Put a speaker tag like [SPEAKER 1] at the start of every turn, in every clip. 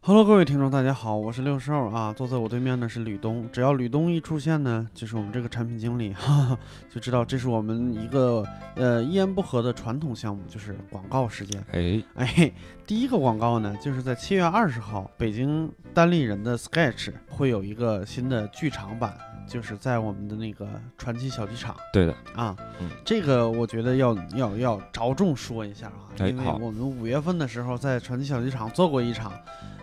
[SPEAKER 1] Hello，各位听众，大家好，我是六兽啊，坐在我对面的是吕东。只要吕东一出现呢，就是我们这个产品经理， 哈哈，就知道这是我们一个呃一言不合的传统项目，就是广告时间。
[SPEAKER 2] 哎，
[SPEAKER 1] 哎，第一个广告呢，就是在七月二十号，北京单立人的 Sketch 会有一个新的剧场版，就是在我们的那个传奇小剧场
[SPEAKER 2] 对的，
[SPEAKER 1] 啊。
[SPEAKER 2] 嗯
[SPEAKER 1] 这个我觉得要要要着重说一下啊，
[SPEAKER 2] 哎
[SPEAKER 1] 因为
[SPEAKER 2] 好
[SPEAKER 1] 我们五月份的时候在传奇小剧场做过一场，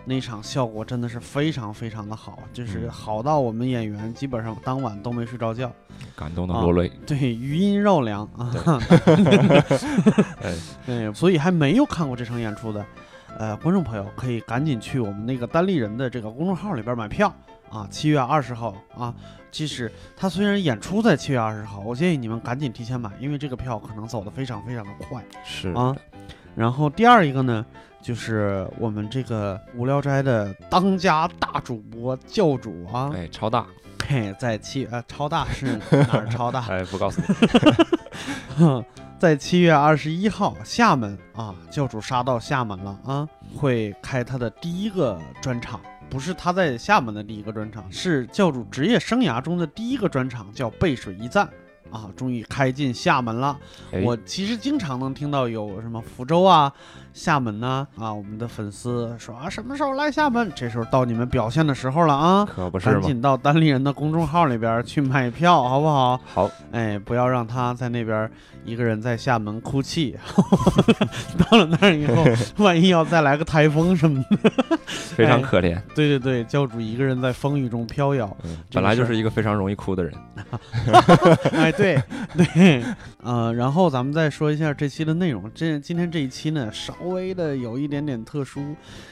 [SPEAKER 1] 那场效果真的是非常非常的好，就是
[SPEAKER 2] 嗯
[SPEAKER 1] 好到我们演员基本上当晚都没睡着觉，
[SPEAKER 2] 感动的
[SPEAKER 1] 啊
[SPEAKER 2] 落泪。
[SPEAKER 1] 对，余音绕梁啊。
[SPEAKER 2] 哎，
[SPEAKER 1] 对，所以还没有看过这场演出的，呃，观众朋友可以赶紧去我们那个单立人的这个公众号里边买票啊，七月二十号啊。即使他虽然演出在七月二十号，我建议你们赶紧提前买，因为这个票可能走得非常非常的快
[SPEAKER 2] 是
[SPEAKER 1] 啊
[SPEAKER 2] 的。
[SPEAKER 1] 然后第二一个呢，就是我们这个无聊斋的当家大主播教主啊，
[SPEAKER 2] 哎，超 大，
[SPEAKER 1] 嘿，在七呃超大是哪儿超大？
[SPEAKER 2] 哎，不告诉你，
[SPEAKER 1] 在七月二十一号，厦门啊，教主杀到厦门了啊，会开他的第一个专场，不是他在厦门的第一个专场，是教主职业生涯中的第一个专场，叫背水一战。啊，终于开进厦门了！
[SPEAKER 2] 哎、
[SPEAKER 1] 我其实经常能听到有什么福州啊、厦门呐啊我们的粉丝说啊，什么时候来厦门？这时候到你们表现的时候了啊，
[SPEAKER 2] 可不是
[SPEAKER 1] 赶
[SPEAKER 2] 吗？
[SPEAKER 1] 紧到单立人的公众号里边去 买票，好不好？
[SPEAKER 2] 好，
[SPEAKER 1] 哎，不要让他在那边儿一个人在厦门 哭泣。到了那儿以后， 万一要再来个台风什么的，
[SPEAKER 2] 非
[SPEAKER 1] 哎
[SPEAKER 2] 常可怜。
[SPEAKER 1] 对对对，教主一个人在风雨中 飘摇。
[SPEAKER 2] 嗯，
[SPEAKER 1] 这个
[SPEAKER 2] 本来就
[SPEAKER 1] 事儿
[SPEAKER 2] 是一个非常容易哭的人。
[SPEAKER 1] 哎，对对，呃，然后咱们再说一下这期的内容。这今天这一期呢，稍微的有一点点特殊，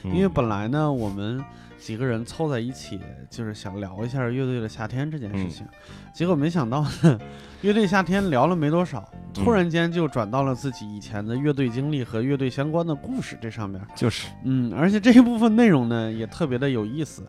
[SPEAKER 1] 因为
[SPEAKER 2] 嗯
[SPEAKER 1] 本来呢，我们几个人凑在一起，就是想聊一下乐队的夏天这件
[SPEAKER 2] 嗯
[SPEAKER 1] 事情，结果没想到呢，乐队夏天聊了没多少，突
[SPEAKER 2] 嗯
[SPEAKER 1] 然间就转到了自己以前的乐队经历和乐队相关的故事这上面。
[SPEAKER 2] 就是，
[SPEAKER 1] 嗯，而且这一部分内容呢，也特别的有意思。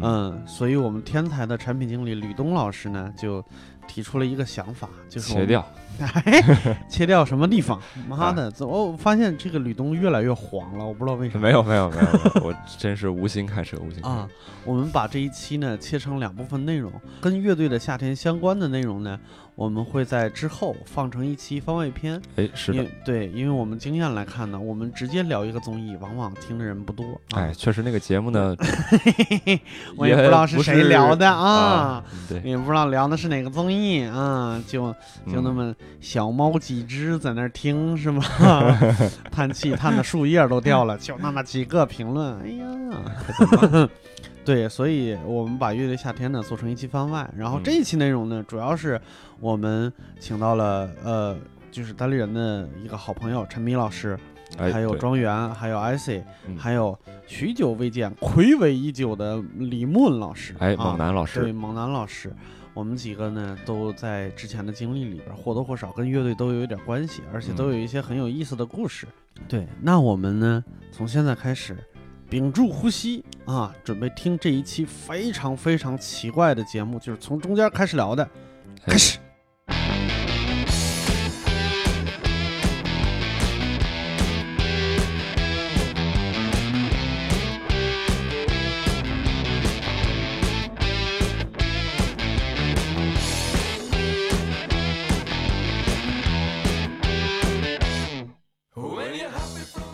[SPEAKER 2] 嗯，
[SPEAKER 1] 嗯，所以我们天才的产品经理吕东老师呢，就提出了一个想法，就是
[SPEAKER 2] 切
[SPEAKER 1] 我们
[SPEAKER 2] 掉， 啊
[SPEAKER 1] 哎，切掉什么地方？妈的，怎么哦我发现这个吕东越来越黄了，我不知道为什么。
[SPEAKER 2] 没有没有没有，没有我真是无心开车，无心开
[SPEAKER 1] 啊
[SPEAKER 2] 车。，
[SPEAKER 1] 我们把这一期呢切成两部分内容，跟乐队的夏天相关的内容呢，我们会在之后放成一期番外篇。
[SPEAKER 2] 哎，是
[SPEAKER 1] 因
[SPEAKER 2] 的，
[SPEAKER 1] 为对，因为我们经验来看呢，我们直接聊一个综艺，往往听的人不多。啊、，
[SPEAKER 2] 哎，，确实那个节目呢
[SPEAKER 1] 我也不知道
[SPEAKER 2] 是
[SPEAKER 1] 是谁聊的啊
[SPEAKER 2] 啊。对，
[SPEAKER 1] 也不知道聊的是哪个综艺啊，就就那
[SPEAKER 2] 嗯
[SPEAKER 1] 么小猫几只在那儿 听是吗？叹气叹的树叶都掉了，就那么几个评论，哎呀，对，所以我们把《乐队夏天呢》做成一期番外，然后
[SPEAKER 2] 嗯
[SPEAKER 1] 这一期内容呢，主要是我们请到了呃，就是单立人的一个好朋友陈米老师，
[SPEAKER 2] 哎，
[SPEAKER 1] 还有
[SPEAKER 2] 对
[SPEAKER 1] 庄园，还有 IC，
[SPEAKER 2] 嗯
[SPEAKER 1] 还有许久未见、魁违已久的李梦老师，
[SPEAKER 2] 哎，
[SPEAKER 1] 啊
[SPEAKER 2] 猛男老
[SPEAKER 1] 对，
[SPEAKER 2] 师，
[SPEAKER 1] 猛男老师，我们几个呢都在之前的经历里边或多或少跟乐队都有一点关系，而且
[SPEAKER 2] 嗯
[SPEAKER 1] 都有一些很有意思的故事。对，那我们呢从现在开始屏住呼吸啊，准备听这一期非常非常奇怪的节目，就是从中间开始聊的，
[SPEAKER 2] 哎
[SPEAKER 1] 开始。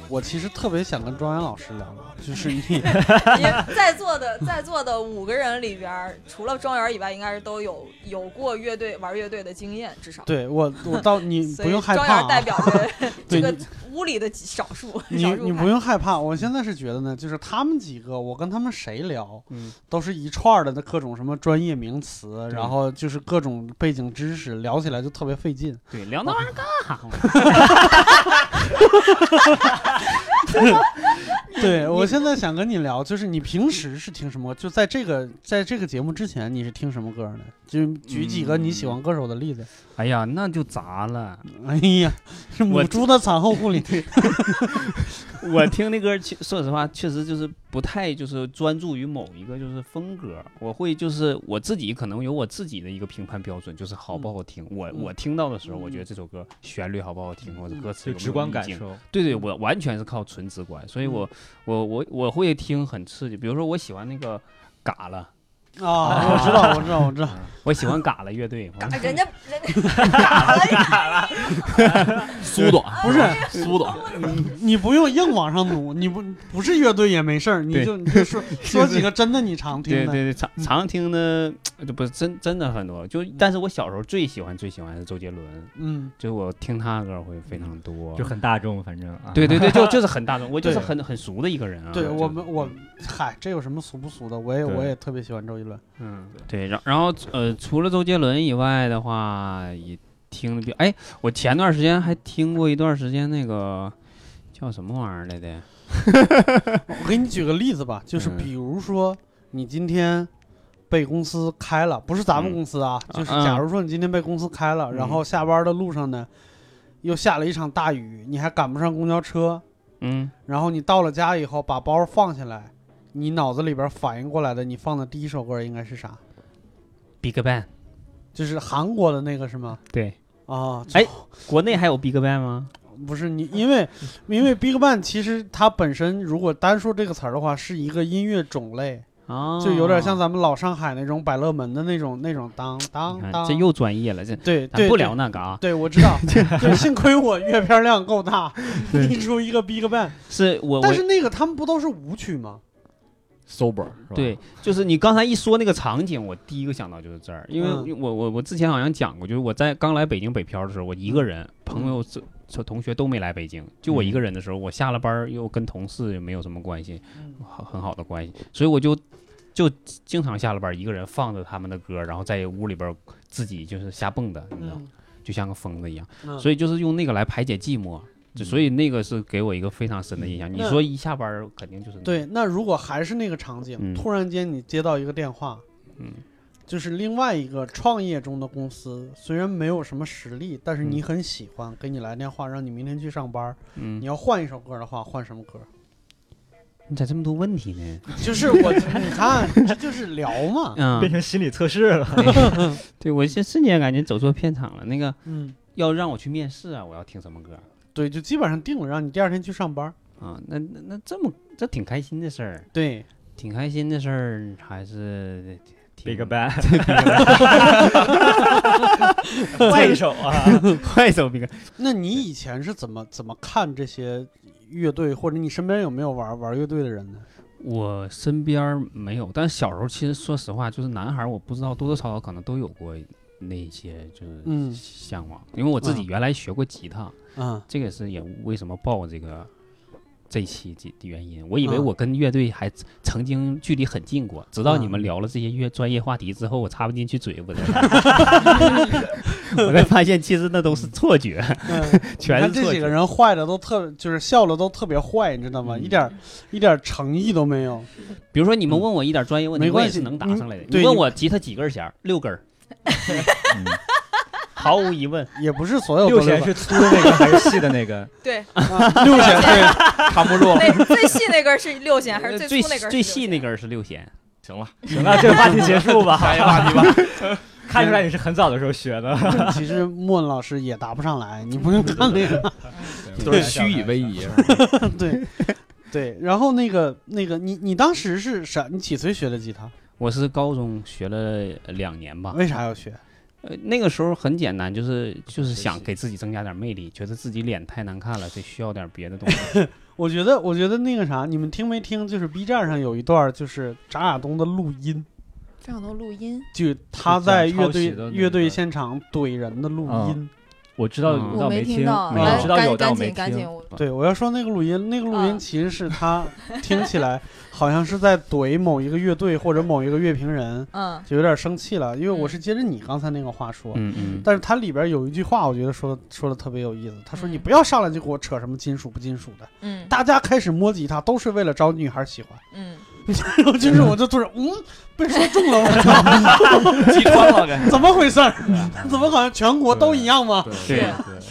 [SPEAKER 1] 我其实特别想跟庄园老师聊，就是 你
[SPEAKER 3] 因为在座的在座的五个人里边儿，除了庄园以外，应该是都有有过乐队玩乐队的经验，至少。
[SPEAKER 1] 对我，我到你嗯
[SPEAKER 3] 所
[SPEAKER 1] 不
[SPEAKER 3] 以
[SPEAKER 1] 用害
[SPEAKER 3] 庄园
[SPEAKER 1] 怕、
[SPEAKER 3] 代
[SPEAKER 1] 啊，
[SPEAKER 3] 表着
[SPEAKER 1] 对
[SPEAKER 3] 这个
[SPEAKER 1] 你
[SPEAKER 3] 屋里的极少数
[SPEAKER 1] 你
[SPEAKER 3] 少数
[SPEAKER 1] 你
[SPEAKER 3] 派
[SPEAKER 1] 不用害怕。我现在是觉得呢，就是他们几个，我跟他们谁聊，
[SPEAKER 4] 嗯，
[SPEAKER 1] 都是一串儿的那各种什么专业名词，
[SPEAKER 4] 对
[SPEAKER 1] 然后就是各种背景知识，聊起来就特别费劲。
[SPEAKER 4] 对，聊那玩意儿干
[SPEAKER 5] 啊
[SPEAKER 4] 哈？
[SPEAKER 1] 对我现在想跟你聊，就是你平时是听什么？就在这个在这个节目之前，你是听什么歌呢？就举几个你喜欢歌手的例子。
[SPEAKER 4] 哎呀，那就砸了。
[SPEAKER 1] 哎呀，是母
[SPEAKER 4] 我
[SPEAKER 1] 猪的产后护理。
[SPEAKER 6] 我听那歌，其说实话，确实就是不太就是专注于某一个就是风格，我会就是我自己可能有我自己的一个评判标准，就是好不好听。我
[SPEAKER 5] 嗯
[SPEAKER 6] 我听到的时候，我觉得这首歌旋律好不好听，或者歌词
[SPEAKER 5] 就
[SPEAKER 6] 有没有
[SPEAKER 5] 直观感
[SPEAKER 6] 意境
[SPEAKER 5] 受。嗯
[SPEAKER 6] 对对，我完全是靠纯直观，所以我我我我会听很刺激，比如说我喜欢那个嘎了，
[SPEAKER 1] 啊，我知道，我知道，我知道。
[SPEAKER 6] 我喜欢嘎了乐队，我
[SPEAKER 3] 啊 人家人家打了你，
[SPEAKER 5] 苏朵
[SPEAKER 1] 不是，
[SPEAKER 5] 苏朵，
[SPEAKER 1] 你不用硬往上努，你不不是乐队也没事儿，你
[SPEAKER 6] 对
[SPEAKER 1] 就你就说说几个真的你常听
[SPEAKER 6] 对
[SPEAKER 1] 的。嗯
[SPEAKER 6] 对对，常常听的，就不是真真的很多，就但是我小时候最喜欢最喜欢是周杰伦，
[SPEAKER 1] 嗯，
[SPEAKER 6] 就是我听他的歌会非常多，
[SPEAKER 5] 就很大众，反正啊，
[SPEAKER 6] 对对对，就就是很大众，我就是
[SPEAKER 1] 对
[SPEAKER 6] 很很熟的一个人啊。
[SPEAKER 1] 对
[SPEAKER 6] 就
[SPEAKER 1] 我们我嗨，这有什么俗不俗的？我也
[SPEAKER 5] 对
[SPEAKER 1] 我也特别喜欢周杰伦。
[SPEAKER 6] 嗯对，然然后呃，除了周杰伦以外的话，也听的比哎，我前段时间还听过一段时间那个叫什么玩意儿来的，
[SPEAKER 1] 我给你举个例子吧，就是
[SPEAKER 6] 嗯
[SPEAKER 1] 比如说你今天被公司开了，不是咱们
[SPEAKER 6] 嗯
[SPEAKER 1] 公司啊，就是
[SPEAKER 6] 啊
[SPEAKER 1] 假如说你今天被公司开了，然后下班的路上呢，又下了一场大雨，你还赶不上公交车，
[SPEAKER 6] 嗯
[SPEAKER 1] 然后你到了家以后把包放下来，你脑子里边反应过来的，你放的第一首歌应该是啥？
[SPEAKER 6] ，Big Bang，
[SPEAKER 1] 就是韩国的那个是吗？
[SPEAKER 6] 对，
[SPEAKER 1] 啊，
[SPEAKER 6] 哎国内还有 Big Bang 吗？
[SPEAKER 1] 不是你，因为因为 Big Bang 其实它本身如果单说这个词儿的话，是一个音乐种类，
[SPEAKER 6] 啊，
[SPEAKER 1] 就有点像咱们老上海那种百乐门的那种那种当
[SPEAKER 6] 你
[SPEAKER 1] 当
[SPEAKER 6] 看
[SPEAKER 1] 当，
[SPEAKER 6] 这又专业了，这
[SPEAKER 1] 对
[SPEAKER 6] 咱
[SPEAKER 1] 对
[SPEAKER 6] 不聊。那个啊，
[SPEAKER 1] 对对，我知 道，对，幸亏我阅片量够大， 逼出一个 Big Bang。
[SPEAKER 6] 是我我
[SPEAKER 1] 但是那个他们不都是舞曲吗？
[SPEAKER 5] sober 是吧？
[SPEAKER 6] 对，就是你刚才一说那个场景，我第一个想到就是这儿，因为
[SPEAKER 1] 嗯
[SPEAKER 6] 因为我我我之前好像讲过，就是我在刚来北京北漂的时候，我一
[SPEAKER 1] 嗯
[SPEAKER 6] 个人，朋友这这同学都没来北京，就我一个人的时候，我下了班儿又跟同事也没有什么关系，
[SPEAKER 1] 嗯
[SPEAKER 6] 好很好的关系，所以我就就经常下了班儿一个人放着他们的歌，然后在屋里边儿自己就是瞎蹦的，你知道，
[SPEAKER 1] 嗯，
[SPEAKER 6] 就像个疯子一样，
[SPEAKER 1] 嗯
[SPEAKER 6] 所以就是用那个来排解寂寞。就所以那个是给我一个非常深的印象。你
[SPEAKER 1] 那
[SPEAKER 6] 说一下班儿肯定就是那
[SPEAKER 1] 嗯对，那如果还是那个场景，
[SPEAKER 6] 嗯
[SPEAKER 1] 突然间你接到一个电话，
[SPEAKER 6] 嗯，
[SPEAKER 1] 就是另外一个创业中的公司，虽然没有什么实力，但是你很喜欢，给你来电话让你明天去上班。
[SPEAKER 6] 嗯
[SPEAKER 1] 你，要换一首歌的话，换什么歌？
[SPEAKER 6] 你咋这么多问题呢？
[SPEAKER 1] 就是我，你看，这就是聊嘛。
[SPEAKER 6] 嗯
[SPEAKER 5] 啊变，成心理测试了。
[SPEAKER 6] 对我现瞬间感觉走错片场了。那个
[SPEAKER 1] 嗯，
[SPEAKER 6] 要让我去面试啊，我要听什么歌
[SPEAKER 1] 对，就基本上定了，让你第二天去上班。
[SPEAKER 6] 啊？那那那这么这挺开心的事儿，
[SPEAKER 1] 对，
[SPEAKER 6] 挺开心的事儿，还是挺
[SPEAKER 5] Big Bang，快 手啊，
[SPEAKER 6] 快手 Big，
[SPEAKER 1] 那你以前是怎么怎么看这些乐队，或者你身边有没有玩玩乐队的 人呢？
[SPEAKER 6] 我身边儿没有，但小时候其实说实话，就是男孩儿，我不知道多多少少可能都有过那些就是
[SPEAKER 1] 嗯
[SPEAKER 6] 向往，因为我自己
[SPEAKER 1] 嗯
[SPEAKER 6] 原来学过吉他，
[SPEAKER 1] 嗯，
[SPEAKER 6] 这个是也为什么报这个这一期的原因。我以为
[SPEAKER 1] 嗯
[SPEAKER 6] 我跟乐队还曾经距离很近过，直到你们
[SPEAKER 1] 嗯
[SPEAKER 6] 聊了这些乐专业话题之后，我插不进去嘴，我才 我才发现其实那都是错觉，
[SPEAKER 1] 嗯
[SPEAKER 6] 全
[SPEAKER 1] 你看
[SPEAKER 6] 是
[SPEAKER 1] 这
[SPEAKER 6] 错
[SPEAKER 1] 几个
[SPEAKER 6] 觉。
[SPEAKER 1] 人坏的都特，就是笑的都特别坏，你知道吗？
[SPEAKER 6] 嗯
[SPEAKER 1] 一点一点诚意都没有。
[SPEAKER 6] 比如说你们问我一点专业问题，
[SPEAKER 1] 嗯没关
[SPEAKER 6] 我也是
[SPEAKER 1] 系
[SPEAKER 6] 能答
[SPEAKER 1] 你
[SPEAKER 6] 上来的。
[SPEAKER 1] 对
[SPEAKER 6] 你问
[SPEAKER 1] 你嗯
[SPEAKER 6] 我吉他几根弦儿？六根儿。毫无疑问，
[SPEAKER 1] 也不是所有
[SPEAKER 5] 六
[SPEAKER 1] 都
[SPEAKER 5] 弦是粗的那个还是细的那个？
[SPEAKER 3] 对，
[SPEAKER 1] 啊 六 弦对，
[SPEAKER 5] 扛不住。
[SPEAKER 3] 那最细那根是六弦还
[SPEAKER 5] 呃
[SPEAKER 3] 是
[SPEAKER 6] 最
[SPEAKER 3] 粗那根？
[SPEAKER 6] 最细那。根儿是六弦。
[SPEAKER 2] 行了，
[SPEAKER 5] 行了，这个话题结束吧。
[SPEAKER 2] 下一个话题吧。
[SPEAKER 5] 看出来你是很早的时候学的，
[SPEAKER 1] 其实莫文老师也答不上来，你不用看那个。
[SPEAKER 2] 都是虚以为仪，是吧
[SPEAKER 1] 对对，然后那个那个，你你当时是啥？你几岁学的吉他？
[SPEAKER 6] 我是高中学了两年吧，
[SPEAKER 1] 为啥要学？
[SPEAKER 6] 呃，那个时候很简单，就是就是
[SPEAKER 2] 学
[SPEAKER 6] 想
[SPEAKER 2] 习
[SPEAKER 6] 给自己增加点魅力，觉得自己脸太难看了，得需要点别的东西。
[SPEAKER 1] 我觉得，我觉得那个啥，你们听没听？就是 B 站上有一段就是张亚东的录音，
[SPEAKER 3] 这样都录音，
[SPEAKER 1] 就他在
[SPEAKER 5] 就讲
[SPEAKER 1] 乐
[SPEAKER 5] 抄袭
[SPEAKER 1] 队
[SPEAKER 5] 的那
[SPEAKER 1] 乐队
[SPEAKER 5] 个
[SPEAKER 1] 现场怼人的录
[SPEAKER 5] 嗯
[SPEAKER 1] 音。
[SPEAKER 5] 我知道，
[SPEAKER 6] 嗯
[SPEAKER 5] 倒
[SPEAKER 3] 没
[SPEAKER 5] 听，
[SPEAKER 3] 到，
[SPEAKER 5] 没有
[SPEAKER 3] 来
[SPEAKER 5] 知道有，
[SPEAKER 3] 赶
[SPEAKER 5] 但我
[SPEAKER 3] 赶
[SPEAKER 5] 没
[SPEAKER 3] 紧赶紧，
[SPEAKER 5] 听。
[SPEAKER 3] 我
[SPEAKER 1] 对，我要说那个录音，那个录音
[SPEAKER 3] 嗯
[SPEAKER 1] 其实是他听起来好像是在怼某一个乐队或者某一个乐评人，
[SPEAKER 3] 嗯
[SPEAKER 1] 就有点生气了。因为我是接着你刚才那个话说，
[SPEAKER 6] 嗯 嗯，
[SPEAKER 1] 但是它里边有一句话，我觉得说的说的特别有意思。他说：“
[SPEAKER 3] 嗯
[SPEAKER 1] 你不要上来就给我扯什么金属不金属的，
[SPEAKER 3] 嗯
[SPEAKER 1] 大家开始摸吉他都是为了招女孩喜欢。
[SPEAKER 3] 嗯，”
[SPEAKER 1] 然后 就是我就突然嗯被说中了，我操，
[SPEAKER 7] 击穿了该
[SPEAKER 1] 怎么回事儿？怎么好像全国都一样吗？
[SPEAKER 6] 对
[SPEAKER 3] 是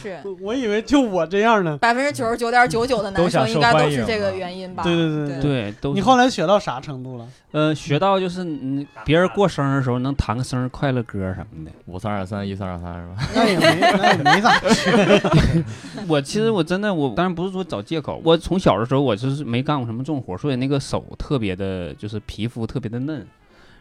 [SPEAKER 3] 是
[SPEAKER 1] 我以为就我这样呢。
[SPEAKER 3] 百分之九十九点九九的男生应该都是这个原因吧？
[SPEAKER 1] 对对
[SPEAKER 3] 对
[SPEAKER 1] 对
[SPEAKER 6] 对，都
[SPEAKER 1] 你后来学到啥程度了？
[SPEAKER 6] 呃学到就是嗯，别人过生日的时候能弹个生日快乐歌什 么的。
[SPEAKER 7] 五三二三一三二三是吧？
[SPEAKER 1] 那也没那也没咋学。
[SPEAKER 6] 我其实我真的我当然不是说找借口，我从小的时候我就是没干过什么重活，所以那个手特别的，就是皮肤特别的嫩。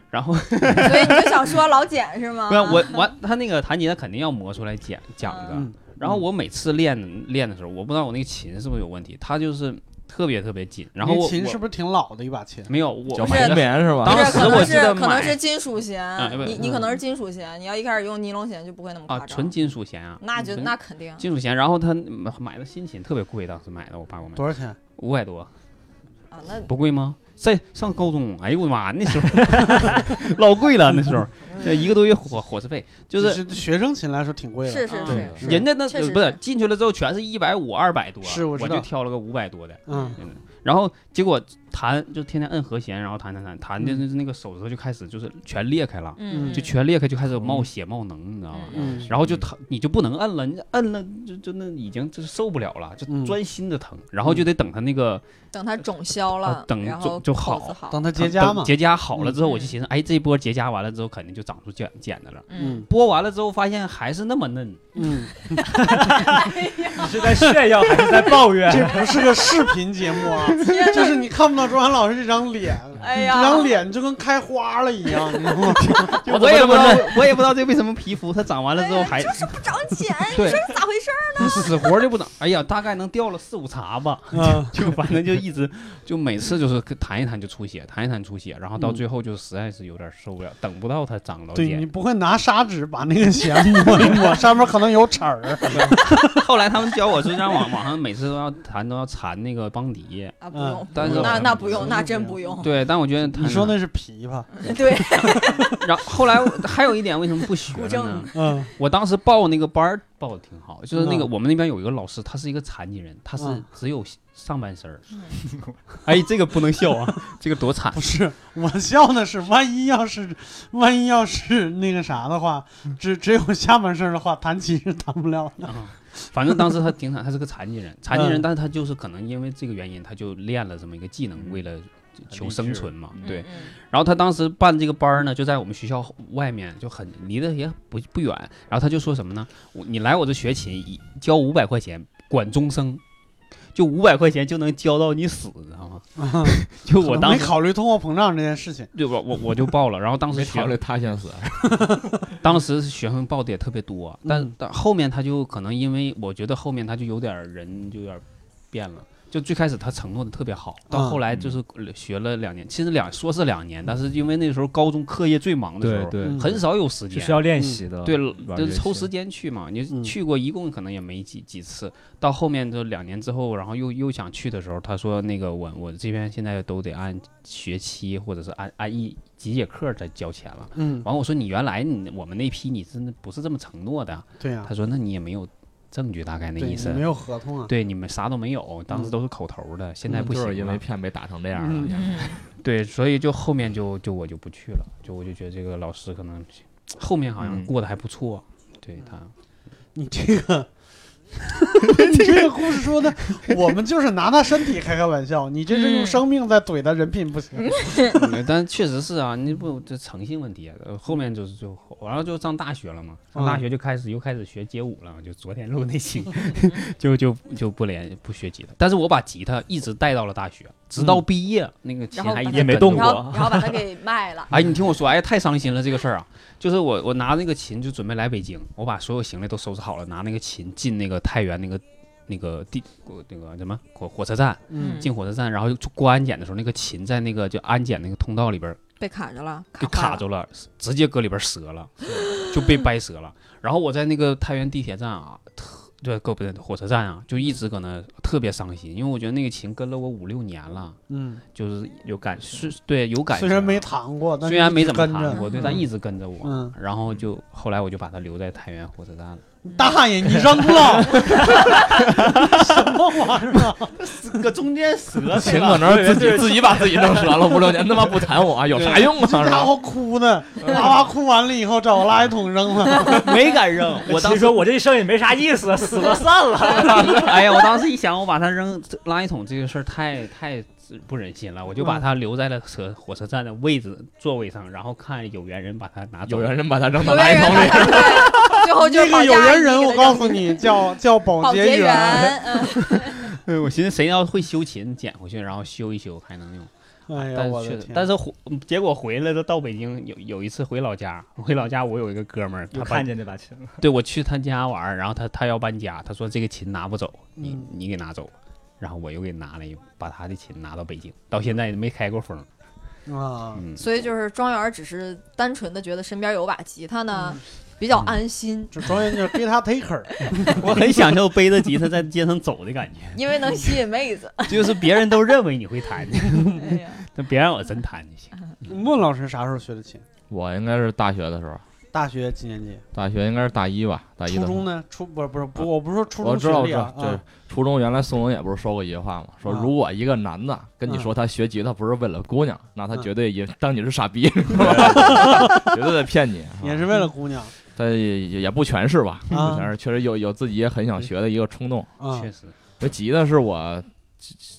[SPEAKER 6] 然后，
[SPEAKER 3] 所以你就想说老茧是吗？
[SPEAKER 6] 不然我我他那个弹琴，他肯定要磨出来茧讲的。
[SPEAKER 1] 嗯
[SPEAKER 6] 然后我每次练练的时候，我不知道我那个琴是不是有问题，它就是特别特别紧。然后
[SPEAKER 1] 你
[SPEAKER 6] 我
[SPEAKER 1] 琴
[SPEAKER 6] 我
[SPEAKER 1] 是不是挺老的一把琴？
[SPEAKER 6] 没有我
[SPEAKER 7] 叫
[SPEAKER 6] 买了
[SPEAKER 7] 红棉是吧？
[SPEAKER 6] 当
[SPEAKER 3] 不是，
[SPEAKER 6] 时
[SPEAKER 3] 可
[SPEAKER 6] 我
[SPEAKER 3] 能
[SPEAKER 6] 记
[SPEAKER 3] 是
[SPEAKER 6] 得
[SPEAKER 3] 可能
[SPEAKER 6] 买
[SPEAKER 3] 是金属弦，
[SPEAKER 6] 哎不
[SPEAKER 3] 你你可能是金属弦，你要一开始用尼龙弦就不会那么夸
[SPEAKER 6] 啊，
[SPEAKER 3] 张。
[SPEAKER 6] 纯金属弦啊，
[SPEAKER 3] 那就
[SPEAKER 6] 纯
[SPEAKER 3] 那肯定。
[SPEAKER 6] 金属弦。然后他买买的新琴特别贵，当时买的，我爸给我买的
[SPEAKER 1] 多少钱？
[SPEAKER 6] 五百多，
[SPEAKER 3] 啊，那
[SPEAKER 6] 不贵吗？
[SPEAKER 1] 嗯
[SPEAKER 6] 在上高中，哎呦我的妈，那时候 老贵了，那时候这一个多月伙伙食费就。
[SPEAKER 1] 嗯就是是学生琴来说挺贵的。
[SPEAKER 3] 是
[SPEAKER 6] 啊
[SPEAKER 3] 是
[SPEAKER 7] 对
[SPEAKER 3] 是，
[SPEAKER 6] 嗯人家那
[SPEAKER 3] 确实
[SPEAKER 6] 不是
[SPEAKER 3] 是
[SPEAKER 6] 进去了之后全是一百五、二百多，
[SPEAKER 1] 是我
[SPEAKER 6] 我
[SPEAKER 1] 知道
[SPEAKER 6] 就挑了个五百多的，
[SPEAKER 1] 嗯，
[SPEAKER 6] 嗯然后结果弹就天天摁和弦，然后弹弹弹弹的那个手指头就开始就是全裂开了，
[SPEAKER 3] 嗯，
[SPEAKER 6] 就全裂开就开始冒血冒脓，你知道吗？
[SPEAKER 1] 嗯
[SPEAKER 6] 然后就疼，你就不能摁了，你摁了就就那已经就是受不了了，就
[SPEAKER 1] 嗯
[SPEAKER 6] 钻心的疼，然后就得等它那个
[SPEAKER 3] 等它肿消了
[SPEAKER 6] 啊，等
[SPEAKER 3] 然后
[SPEAKER 6] 就就
[SPEAKER 3] 口子
[SPEAKER 6] 好
[SPEAKER 3] 好，
[SPEAKER 1] 当它结痂嘛
[SPEAKER 6] 等。结痂好了之后，
[SPEAKER 3] 嗯
[SPEAKER 6] 我就寻思，哎，这波结痂完了之后，肯定就长出茧茧的了。
[SPEAKER 1] 嗯
[SPEAKER 6] 剥完了之后，发现还是那么嫩，
[SPEAKER 1] 嗯，
[SPEAKER 5] 你是在炫耀还是在抱怨？
[SPEAKER 1] 这不是个视频节目啊，就是你看不到周涵老师这张脸，
[SPEAKER 6] 嗯
[SPEAKER 3] 哎
[SPEAKER 1] 这
[SPEAKER 3] 呀，
[SPEAKER 1] 张脸就跟开花了一样，你知道 吗？
[SPEAKER 6] 我也不知道，我也不知道这为什么皮肤它长完了之后还
[SPEAKER 3] 哎就是不长茧，
[SPEAKER 6] 对
[SPEAKER 3] 你说是咋回事儿？
[SPEAKER 6] 死活就不长。哎呀，大概能掉了四五茬吧，
[SPEAKER 1] 嗯，
[SPEAKER 6] 就反正就一直就每次就是弹一弹就出血，弹一弹出血，然后到最后就实在是有点受不了，等不到它长到
[SPEAKER 1] 嗯对你
[SPEAKER 6] 茧。
[SPEAKER 1] 不会拿砂纸把那个弦抹一 抹，上面可能有齿儿。
[SPEAKER 6] 后来他们教我是让网网上每次都要弹都要缠那个邦迪，
[SPEAKER 3] 啊，不用，
[SPEAKER 6] 嗯但是
[SPEAKER 3] 那那不用，那真不用。
[SPEAKER 6] 对，但我觉得弹
[SPEAKER 1] 哦你说
[SPEAKER 6] 得
[SPEAKER 1] 那是琵 琶，
[SPEAKER 3] 对，
[SPEAKER 6] 然后后来我还有一点为什么 不学
[SPEAKER 3] 古
[SPEAKER 6] 了
[SPEAKER 3] 筝
[SPEAKER 6] 呢？
[SPEAKER 1] 嗯
[SPEAKER 6] 我当时报那个班儿报的挺好，就是那个
[SPEAKER 1] 嗯
[SPEAKER 6] 我们那边有一个老师，他是一个残疾人，他是
[SPEAKER 1] 嗯
[SPEAKER 6] 只有上半身儿
[SPEAKER 3] 嗯。
[SPEAKER 6] 哎，这个不能笑啊，这个多惨
[SPEAKER 1] 不！是，我笑的是，万一要是万一要是那个啥的话，只只有下半身的话，弹琴是弹不了的。
[SPEAKER 6] 啊，反正当时他挺惨，他是个残疾人，残疾人，
[SPEAKER 1] 嗯
[SPEAKER 6] 但是他就是可能因为这个原因，他就练了这么一个技能，为了求生存嘛，对。
[SPEAKER 3] 嗯，
[SPEAKER 6] 然后他当时办这个班儿呢，就在我们学校外面，就很离得也不不远。然后他就说什么呢？我你来我这学琴，一交五百块钱，管终生，就五百块钱就能教到你死，知道吗？ 就我当
[SPEAKER 1] 没
[SPEAKER 6] 时
[SPEAKER 1] 考虑通货膨胀这件事情。
[SPEAKER 6] 对我我我就报了，然后当时
[SPEAKER 7] 没考
[SPEAKER 6] 学
[SPEAKER 7] 虑他先死，
[SPEAKER 6] 当时学生报的也特别多，啊但
[SPEAKER 1] 嗯
[SPEAKER 6] 但后面他就可能因为我觉得后面他就有点儿人就有点儿变了。就最开始他承诺的特别好，到
[SPEAKER 1] 嗯
[SPEAKER 6] 后来就是呃学了两年，其实两说是两年，但是因为那时候高中课业最忙的时候，
[SPEAKER 1] 嗯
[SPEAKER 6] 很少有时
[SPEAKER 5] 是
[SPEAKER 6] 间
[SPEAKER 5] 需，要练习
[SPEAKER 7] 嗯
[SPEAKER 5] 的。
[SPEAKER 6] 对，
[SPEAKER 5] 玩
[SPEAKER 6] 就
[SPEAKER 5] 乐
[SPEAKER 6] 是抽
[SPEAKER 5] 器
[SPEAKER 6] 时间去嘛。
[SPEAKER 1] 嗯
[SPEAKER 6] 你去过一共可能也没几几次，到后面就两年之后，然后又又想去的时候，他说那个我我这边现在都得按学期或者是按按一几节课再交钱了。
[SPEAKER 1] 嗯，
[SPEAKER 6] 完我说你原来你我们那批你真的不是这么承诺的啊，
[SPEAKER 1] 对呀、
[SPEAKER 6] 他说那你也没有证据，大概那
[SPEAKER 1] 对，
[SPEAKER 6] 意
[SPEAKER 1] 你
[SPEAKER 6] 思
[SPEAKER 1] 没。有合同啊。
[SPEAKER 6] 对，你们啥都没有，当时都是口头的，现在不
[SPEAKER 7] 嗯就
[SPEAKER 6] 行
[SPEAKER 7] 是因
[SPEAKER 6] 了
[SPEAKER 7] 为骗被打成这样
[SPEAKER 1] 嗯
[SPEAKER 7] 了。
[SPEAKER 3] 嗯
[SPEAKER 6] 对，所以就后面就就我就不去了，就我就觉得这个老师可能后面好像
[SPEAKER 7] 嗯
[SPEAKER 6] 过得还不错，对他。
[SPEAKER 1] 你这 个，你这个故事说的，我们就是拿他身体开开玩笑，你这是用
[SPEAKER 3] 嗯
[SPEAKER 1] 生命在怼他，人品不行。
[SPEAKER 6] 嗯但确实是啊，你不这诚信问题啊，呃后面就是就然后就上大学了嘛，上
[SPEAKER 3] 嗯
[SPEAKER 6] 大学就开始又开始学街舞了，就昨天录那期，
[SPEAKER 3] 嗯
[SPEAKER 6] 就就就不连不学吉他，但是我把吉他一直带到了大学，直到毕业、那个琴
[SPEAKER 3] 嗯然后
[SPEAKER 6] 还一
[SPEAKER 3] 把
[SPEAKER 6] 直
[SPEAKER 3] 它
[SPEAKER 5] 也没
[SPEAKER 6] 跟
[SPEAKER 5] 动
[SPEAKER 6] 着
[SPEAKER 3] 然
[SPEAKER 6] 我。
[SPEAKER 5] 过
[SPEAKER 3] 后然后把它给卖了
[SPEAKER 6] 哎，你听我说，哎，太伤心了这个事儿啊，就是我我拿那个琴就准备来北京，我把所有行李都收拾好了，拿那个琴进那个太原那个那个地那个什么火火车站，
[SPEAKER 1] 嗯
[SPEAKER 6] 进火车站，然后就过安检的时候，那个琴在那个就安检那个通道里边儿
[SPEAKER 3] 被卡着了，
[SPEAKER 6] 给
[SPEAKER 3] 坏
[SPEAKER 6] 卡住了，直接搁里边折了，就被掰折了。然后我在那个太原地铁站啊，特对，够不对，火车站啊，就一直搁那特别伤心，因为我觉得那个琴跟了我五六年了，
[SPEAKER 1] 嗯，
[SPEAKER 6] 就是有感，是对有感情
[SPEAKER 1] 虽
[SPEAKER 6] 啊，
[SPEAKER 1] 然没弹过，但是
[SPEAKER 6] 虽然没怎么
[SPEAKER 1] 一直跟
[SPEAKER 6] 谈
[SPEAKER 1] 着
[SPEAKER 6] 过，
[SPEAKER 3] 嗯
[SPEAKER 6] 对，但一直跟着我。
[SPEAKER 1] 嗯
[SPEAKER 6] 然后就后来我就把它留在太原火车站了，
[SPEAKER 1] 大爷，你扔 了！什么玩意儿啊？
[SPEAKER 5] 搁中间折
[SPEAKER 7] 秦可能自己自己把自己弄折了，五六年他妈不谈 我、有啥用啊？是
[SPEAKER 1] 这家
[SPEAKER 7] 吧？
[SPEAKER 1] 伙哭呢，
[SPEAKER 6] 嗯
[SPEAKER 1] 哇哇哭完了以后找个垃圾桶扔 了。
[SPEAKER 5] 没敢扔。
[SPEAKER 7] 我
[SPEAKER 5] 我
[SPEAKER 7] 当
[SPEAKER 5] 当
[SPEAKER 7] 时
[SPEAKER 5] 时说我这一生也没啥意思，死了算了。
[SPEAKER 6] 哎呀，我当时一想，我把它扔垃圾桶这个事儿太太不忍心了，我就把它留在了车火车站的位置座位上，然后看有缘人把它拿走。
[SPEAKER 7] 有缘人把他扔到
[SPEAKER 3] 有
[SPEAKER 7] 垃
[SPEAKER 3] 缘
[SPEAKER 7] 圾
[SPEAKER 3] 人
[SPEAKER 7] 桶
[SPEAKER 3] 把
[SPEAKER 7] 里，
[SPEAKER 3] 他对，最后
[SPEAKER 1] 那
[SPEAKER 3] 就是
[SPEAKER 1] 个
[SPEAKER 3] 保
[SPEAKER 1] 有
[SPEAKER 3] 洁阿姨
[SPEAKER 1] 缘人，
[SPEAKER 3] 给
[SPEAKER 1] 我
[SPEAKER 3] 他
[SPEAKER 1] 告
[SPEAKER 3] 扔
[SPEAKER 1] 诉你，叫叫保
[SPEAKER 3] 保
[SPEAKER 1] 洁
[SPEAKER 3] 洁
[SPEAKER 1] 员。
[SPEAKER 3] 员，嗯，
[SPEAKER 6] 对， 我寻思谁要会修琴，捡回去然后修一修还能用。
[SPEAKER 1] 哎呀，
[SPEAKER 6] 但
[SPEAKER 1] 我
[SPEAKER 6] 是
[SPEAKER 1] 的
[SPEAKER 6] 去
[SPEAKER 1] 天！
[SPEAKER 6] 但是回结果回来了，到北京有有一次回老家，回老家我有一个哥们儿，他
[SPEAKER 5] 我
[SPEAKER 6] 把
[SPEAKER 5] 看见这把琴了，
[SPEAKER 6] 对我去他家玩儿，然后他他要搬家，他说这个琴拿不走，你
[SPEAKER 1] 嗯
[SPEAKER 6] 你给拿走，然后我又给拿了一把他的琴拿到北京，到现在没开过封。
[SPEAKER 1] 啊，
[SPEAKER 6] 嗯，
[SPEAKER 3] 所以就是庄园只是单纯的觉得身边有把吉他呢，比较安心，
[SPEAKER 1] 这庄园就是 g u i t a taker，
[SPEAKER 6] 我很享受背着吉他在街上走 的感觉，
[SPEAKER 3] 因为能吸引妹子。
[SPEAKER 6] 就是别人都认为你 会弹，
[SPEAKER 3] 哎呀，
[SPEAKER 6] 但别让我真弹就行。
[SPEAKER 1] 孟老师啥时候学的琴？
[SPEAKER 7] 我应该是大学的时候，
[SPEAKER 1] 大学几年级？
[SPEAKER 7] 大学应该是大一吧，大啊一
[SPEAKER 1] 初
[SPEAKER 7] 的时候
[SPEAKER 1] 中。呢？初不是不是不，我不是说初
[SPEAKER 7] 我
[SPEAKER 1] 中
[SPEAKER 7] 知
[SPEAKER 1] 学
[SPEAKER 7] 道，我
[SPEAKER 1] 历
[SPEAKER 7] 知道
[SPEAKER 1] 啊，，
[SPEAKER 7] 就是
[SPEAKER 1] 啊
[SPEAKER 7] 初中原来宋文也不是说过一句话嘛，说
[SPEAKER 1] 啊
[SPEAKER 7] 如果一个男的跟你说他学吉他不是为了姑娘，那
[SPEAKER 1] 嗯
[SPEAKER 7] 他绝对也当你是 傻逼， 是吧绝对在骗你。
[SPEAKER 1] 也
[SPEAKER 7] 是吧，
[SPEAKER 1] 是为了姑娘
[SPEAKER 7] 但也也也不全是吧，
[SPEAKER 1] 啊
[SPEAKER 7] 不全是，确实有有自己也很想学的一个冲动。
[SPEAKER 1] 啊
[SPEAKER 6] 确实，
[SPEAKER 7] 这吉他是我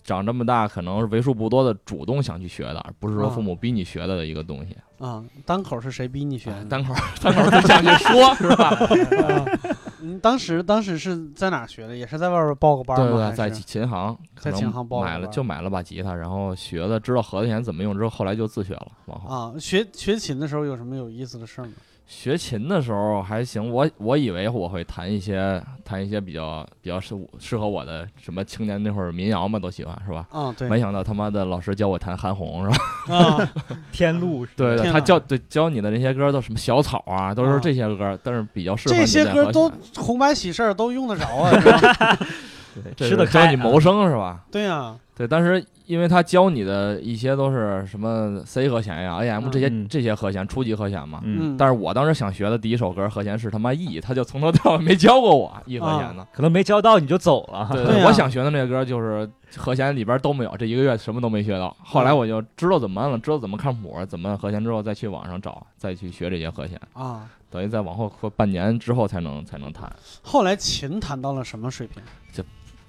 [SPEAKER 7] 长这么大可能是为数不多的主动想去学的，而不是说父母逼你学的一个东西。哎
[SPEAKER 1] 啊！单口是谁逼你学的？
[SPEAKER 7] 单口单口不想去说，是吧？
[SPEAKER 1] 啊嗯，当时当时是在哪儿学的？也是在外边报个班
[SPEAKER 7] 对
[SPEAKER 1] 吗？
[SPEAKER 7] 对，
[SPEAKER 1] 还
[SPEAKER 7] 在
[SPEAKER 1] 是
[SPEAKER 7] 琴行，可
[SPEAKER 1] 在
[SPEAKER 7] 能
[SPEAKER 1] 琴行报
[SPEAKER 7] 买
[SPEAKER 1] 的
[SPEAKER 7] 了
[SPEAKER 1] 吧
[SPEAKER 7] 就买了把吉他，然后学了，知道和弦怎么用之后，后来就自学了。往后
[SPEAKER 1] 啊，学学琴的时候有什么有意思的事儿吗？
[SPEAKER 7] 学琴的时候还行，我我以为我会弹一些弹一些比较比较适适合我的什么青年那会儿民谣嘛都喜欢是吧？
[SPEAKER 1] 啊，对
[SPEAKER 7] 没想到他妈的老师教我弹韩红是吧？
[SPEAKER 1] 啊，
[SPEAKER 5] 天路是吧
[SPEAKER 7] 对
[SPEAKER 1] 天
[SPEAKER 7] 对，
[SPEAKER 1] 哪
[SPEAKER 7] 他教对教你的那些歌都什么小草啊，都
[SPEAKER 1] 啊
[SPEAKER 7] 是这些歌，但是比较适合
[SPEAKER 1] 这
[SPEAKER 7] 你
[SPEAKER 1] 些
[SPEAKER 7] 在
[SPEAKER 1] 歌
[SPEAKER 7] 和
[SPEAKER 1] 都
[SPEAKER 7] 弦
[SPEAKER 1] 红白喜事儿都用得着啊，是吧
[SPEAKER 7] 对
[SPEAKER 5] 吃得
[SPEAKER 7] 这是教
[SPEAKER 5] 开
[SPEAKER 7] 你
[SPEAKER 5] 啊
[SPEAKER 7] 谋生是吧？
[SPEAKER 1] 对啊呀，
[SPEAKER 7] 对，但是因为他教你的一些都是什么 C 和弦呀、AM 这些、
[SPEAKER 5] 嗯
[SPEAKER 7] 这些和弦，初级和弦嘛。
[SPEAKER 1] 嗯，
[SPEAKER 7] 但是我当时想学的第一首歌和弦是他妈 E，他就从头到尾没教过我 E 和弦呢。
[SPEAKER 5] 啊可能没教到你就走了 哈。
[SPEAKER 7] 对
[SPEAKER 1] 对啊
[SPEAKER 7] 我想学的那个歌就是和弦里边都没有，这一个月什么都没学到。后
[SPEAKER 5] 嗯
[SPEAKER 7] 来我就知道怎么按了，知道怎么看谱，怎么和弦之后再去网上找，再去学这些和弦，
[SPEAKER 1] 啊，
[SPEAKER 7] 等于在往后过半年之后才能才能弹。
[SPEAKER 1] 后来琴弹到了什么水平？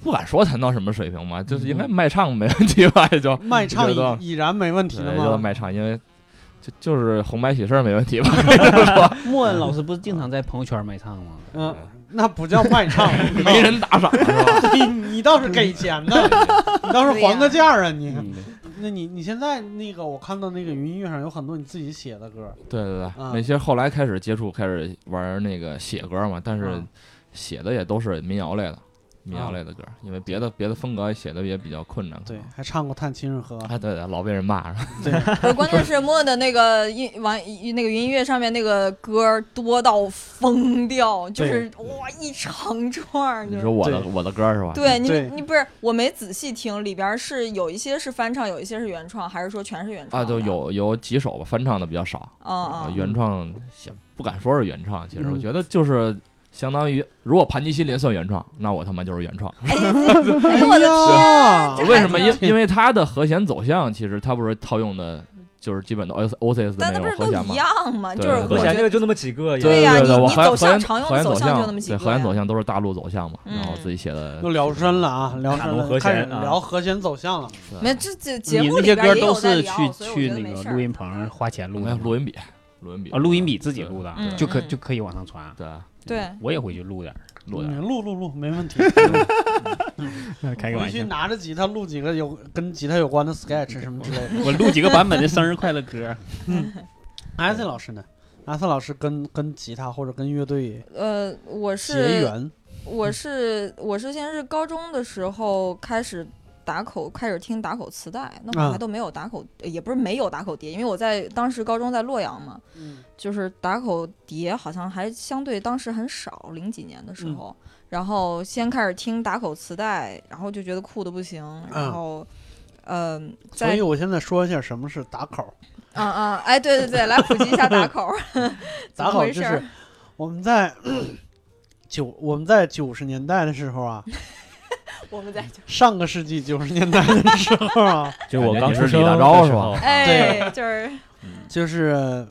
[SPEAKER 7] 不敢说弹到什么水平吧，就是
[SPEAKER 5] 嗯
[SPEAKER 7] 应该卖唱没问题吧，也就
[SPEAKER 1] 卖唱
[SPEAKER 7] 觉得
[SPEAKER 1] 已已然没问题了
[SPEAKER 7] 对，就
[SPEAKER 1] 吗？
[SPEAKER 7] 卖唱，因为就就是红白喜事儿没问题吧。
[SPEAKER 6] 莫恩老师不是经常在朋友圈卖唱 吗？
[SPEAKER 1] 嗯，那不叫卖唱，
[SPEAKER 7] 没人打赏是吧？
[SPEAKER 1] 你你倒是给钱呢，你倒是还个价啊你。
[SPEAKER 6] 嗯，
[SPEAKER 1] 那你你现在那个，我看到那个云音乐上有很多你自己写的歌，
[SPEAKER 7] 对对对，
[SPEAKER 1] 嗯
[SPEAKER 7] 那些后来开始接触，开始玩那个写歌嘛，但是
[SPEAKER 1] 嗯
[SPEAKER 7] 写的也都是民谣类的，民谣类的歌，因为别的别的风格写的也比较困难。
[SPEAKER 1] 对，还唱过《探亲日和》，
[SPEAKER 7] 啊，对对，老被人骂。是吧
[SPEAKER 3] 不是，关键是莫的那个音完那个云音乐上面那个歌儿多到疯掉，就是哇一长串儿，就
[SPEAKER 7] 你
[SPEAKER 3] 是
[SPEAKER 7] 说啊我的我的歌是吧？
[SPEAKER 3] 对你
[SPEAKER 1] 对
[SPEAKER 3] 你不是我没仔细听，里边儿是有一些是翻唱，有一些是原创，还是说全是原创
[SPEAKER 7] 啊，
[SPEAKER 3] 的？
[SPEAKER 7] 就有有几首吧，翻唱的比较少。
[SPEAKER 3] 啊啊，
[SPEAKER 7] 原创也不敢说是原创，其实我
[SPEAKER 1] 嗯
[SPEAKER 7] 觉得就是相当于，如果盘尼西林算原创，那我他妈就是原创。
[SPEAKER 3] 哎呦我的天，啊
[SPEAKER 1] 呀
[SPEAKER 7] 啊为什么？
[SPEAKER 3] 这
[SPEAKER 7] 因因为它的和弦走向，其实它不是套用的，就是基本都 O O C S 的
[SPEAKER 3] 但
[SPEAKER 7] 那
[SPEAKER 3] 那不
[SPEAKER 7] 种和
[SPEAKER 3] 是都
[SPEAKER 7] 弦
[SPEAKER 3] 一
[SPEAKER 7] 嘛。
[SPEAKER 3] 样吗？就
[SPEAKER 7] 对
[SPEAKER 3] 是
[SPEAKER 7] 对
[SPEAKER 3] 我
[SPEAKER 5] 和弦
[SPEAKER 3] 觉
[SPEAKER 5] 这
[SPEAKER 3] 得
[SPEAKER 5] 个就那么几个也，
[SPEAKER 3] 对呀
[SPEAKER 7] 对
[SPEAKER 3] 你
[SPEAKER 7] 我
[SPEAKER 3] 你
[SPEAKER 7] 和
[SPEAKER 3] 走向
[SPEAKER 7] 和
[SPEAKER 3] 常用
[SPEAKER 7] 和弦
[SPEAKER 3] 走
[SPEAKER 7] 走
[SPEAKER 3] 向
[SPEAKER 7] 向
[SPEAKER 3] 就那么几
[SPEAKER 7] 对
[SPEAKER 3] 个
[SPEAKER 7] 和弦
[SPEAKER 3] 呀
[SPEAKER 7] 走向都是大陆走向嘛，然后
[SPEAKER 3] 嗯
[SPEAKER 7] 自己写的
[SPEAKER 1] 又聊深了啊，聊深
[SPEAKER 5] 卡农
[SPEAKER 1] 了，
[SPEAKER 5] 和
[SPEAKER 1] 开
[SPEAKER 5] 弦
[SPEAKER 1] 始
[SPEAKER 5] 啊
[SPEAKER 1] 聊和弦走向了。
[SPEAKER 3] 没这这节
[SPEAKER 6] 你
[SPEAKER 3] 目
[SPEAKER 6] 那
[SPEAKER 3] 里
[SPEAKER 6] 些
[SPEAKER 3] 边
[SPEAKER 6] 歌
[SPEAKER 3] 也有
[SPEAKER 6] 都
[SPEAKER 3] 在
[SPEAKER 6] 是
[SPEAKER 3] 聊，
[SPEAKER 6] 去
[SPEAKER 3] 所以我觉
[SPEAKER 6] 去
[SPEAKER 3] 得
[SPEAKER 6] 那
[SPEAKER 3] 没
[SPEAKER 6] 个
[SPEAKER 3] 事儿哎
[SPEAKER 6] 录音棚花钱录
[SPEAKER 7] 没有
[SPEAKER 6] 的
[SPEAKER 7] 录音笔，录音笔
[SPEAKER 6] 啊，录音笔自己录的，
[SPEAKER 3] 嗯
[SPEAKER 6] 就可
[SPEAKER 3] 嗯
[SPEAKER 6] 就可以往上传。啊嗯
[SPEAKER 7] 对，啊
[SPEAKER 3] 对。
[SPEAKER 6] 我也回去录点儿，
[SPEAKER 7] 录的
[SPEAKER 1] 嗯录录录，没问题。
[SPEAKER 5] 嗯
[SPEAKER 6] 开
[SPEAKER 1] 回
[SPEAKER 6] 个玩笑
[SPEAKER 1] 去。拿着吉他录几个有跟吉他有关的 sketch 什么之类的。
[SPEAKER 6] 我录几个版本的生日快乐 歌。
[SPEAKER 1] 艾森老师呢？艾森老师跟跟吉他或者跟乐队
[SPEAKER 3] 呃，我
[SPEAKER 1] 结
[SPEAKER 3] 是
[SPEAKER 1] 缘
[SPEAKER 3] 我是我是先是高中的时候开始打口，开始听打口磁带，那会
[SPEAKER 1] 啊
[SPEAKER 3] 儿还都没有打口，呃也不是没有打口碟，因为我在当时高中在洛阳嘛，
[SPEAKER 1] 嗯
[SPEAKER 3] 就是打口碟好像还相对当时很少，零几年的时
[SPEAKER 1] 嗯
[SPEAKER 3] 候，然后先开始听打口磁带，然后就觉得酷的不行，
[SPEAKER 1] 啊
[SPEAKER 3] 然后。嗯，
[SPEAKER 1] 所
[SPEAKER 3] 在
[SPEAKER 1] 以我现在说一下什么是打口。
[SPEAKER 3] 啊啊，哎，对 对对，来普及一下打口，怎
[SPEAKER 1] 打
[SPEAKER 3] 么
[SPEAKER 1] 口
[SPEAKER 3] 回
[SPEAKER 1] 就
[SPEAKER 3] 事儿
[SPEAKER 1] 是我们在 九我们在九十年代的时候 啊，
[SPEAKER 3] 我们在
[SPEAKER 1] 上个世纪九十年代的时候啊，
[SPEAKER 2] 就是我刚
[SPEAKER 7] 感觉
[SPEAKER 2] 出
[SPEAKER 7] 你是
[SPEAKER 2] 生
[SPEAKER 7] 李大钊
[SPEAKER 2] 的
[SPEAKER 7] 是
[SPEAKER 2] 时
[SPEAKER 7] 吧
[SPEAKER 2] 候，
[SPEAKER 3] 哎，就是
[SPEAKER 1] 就是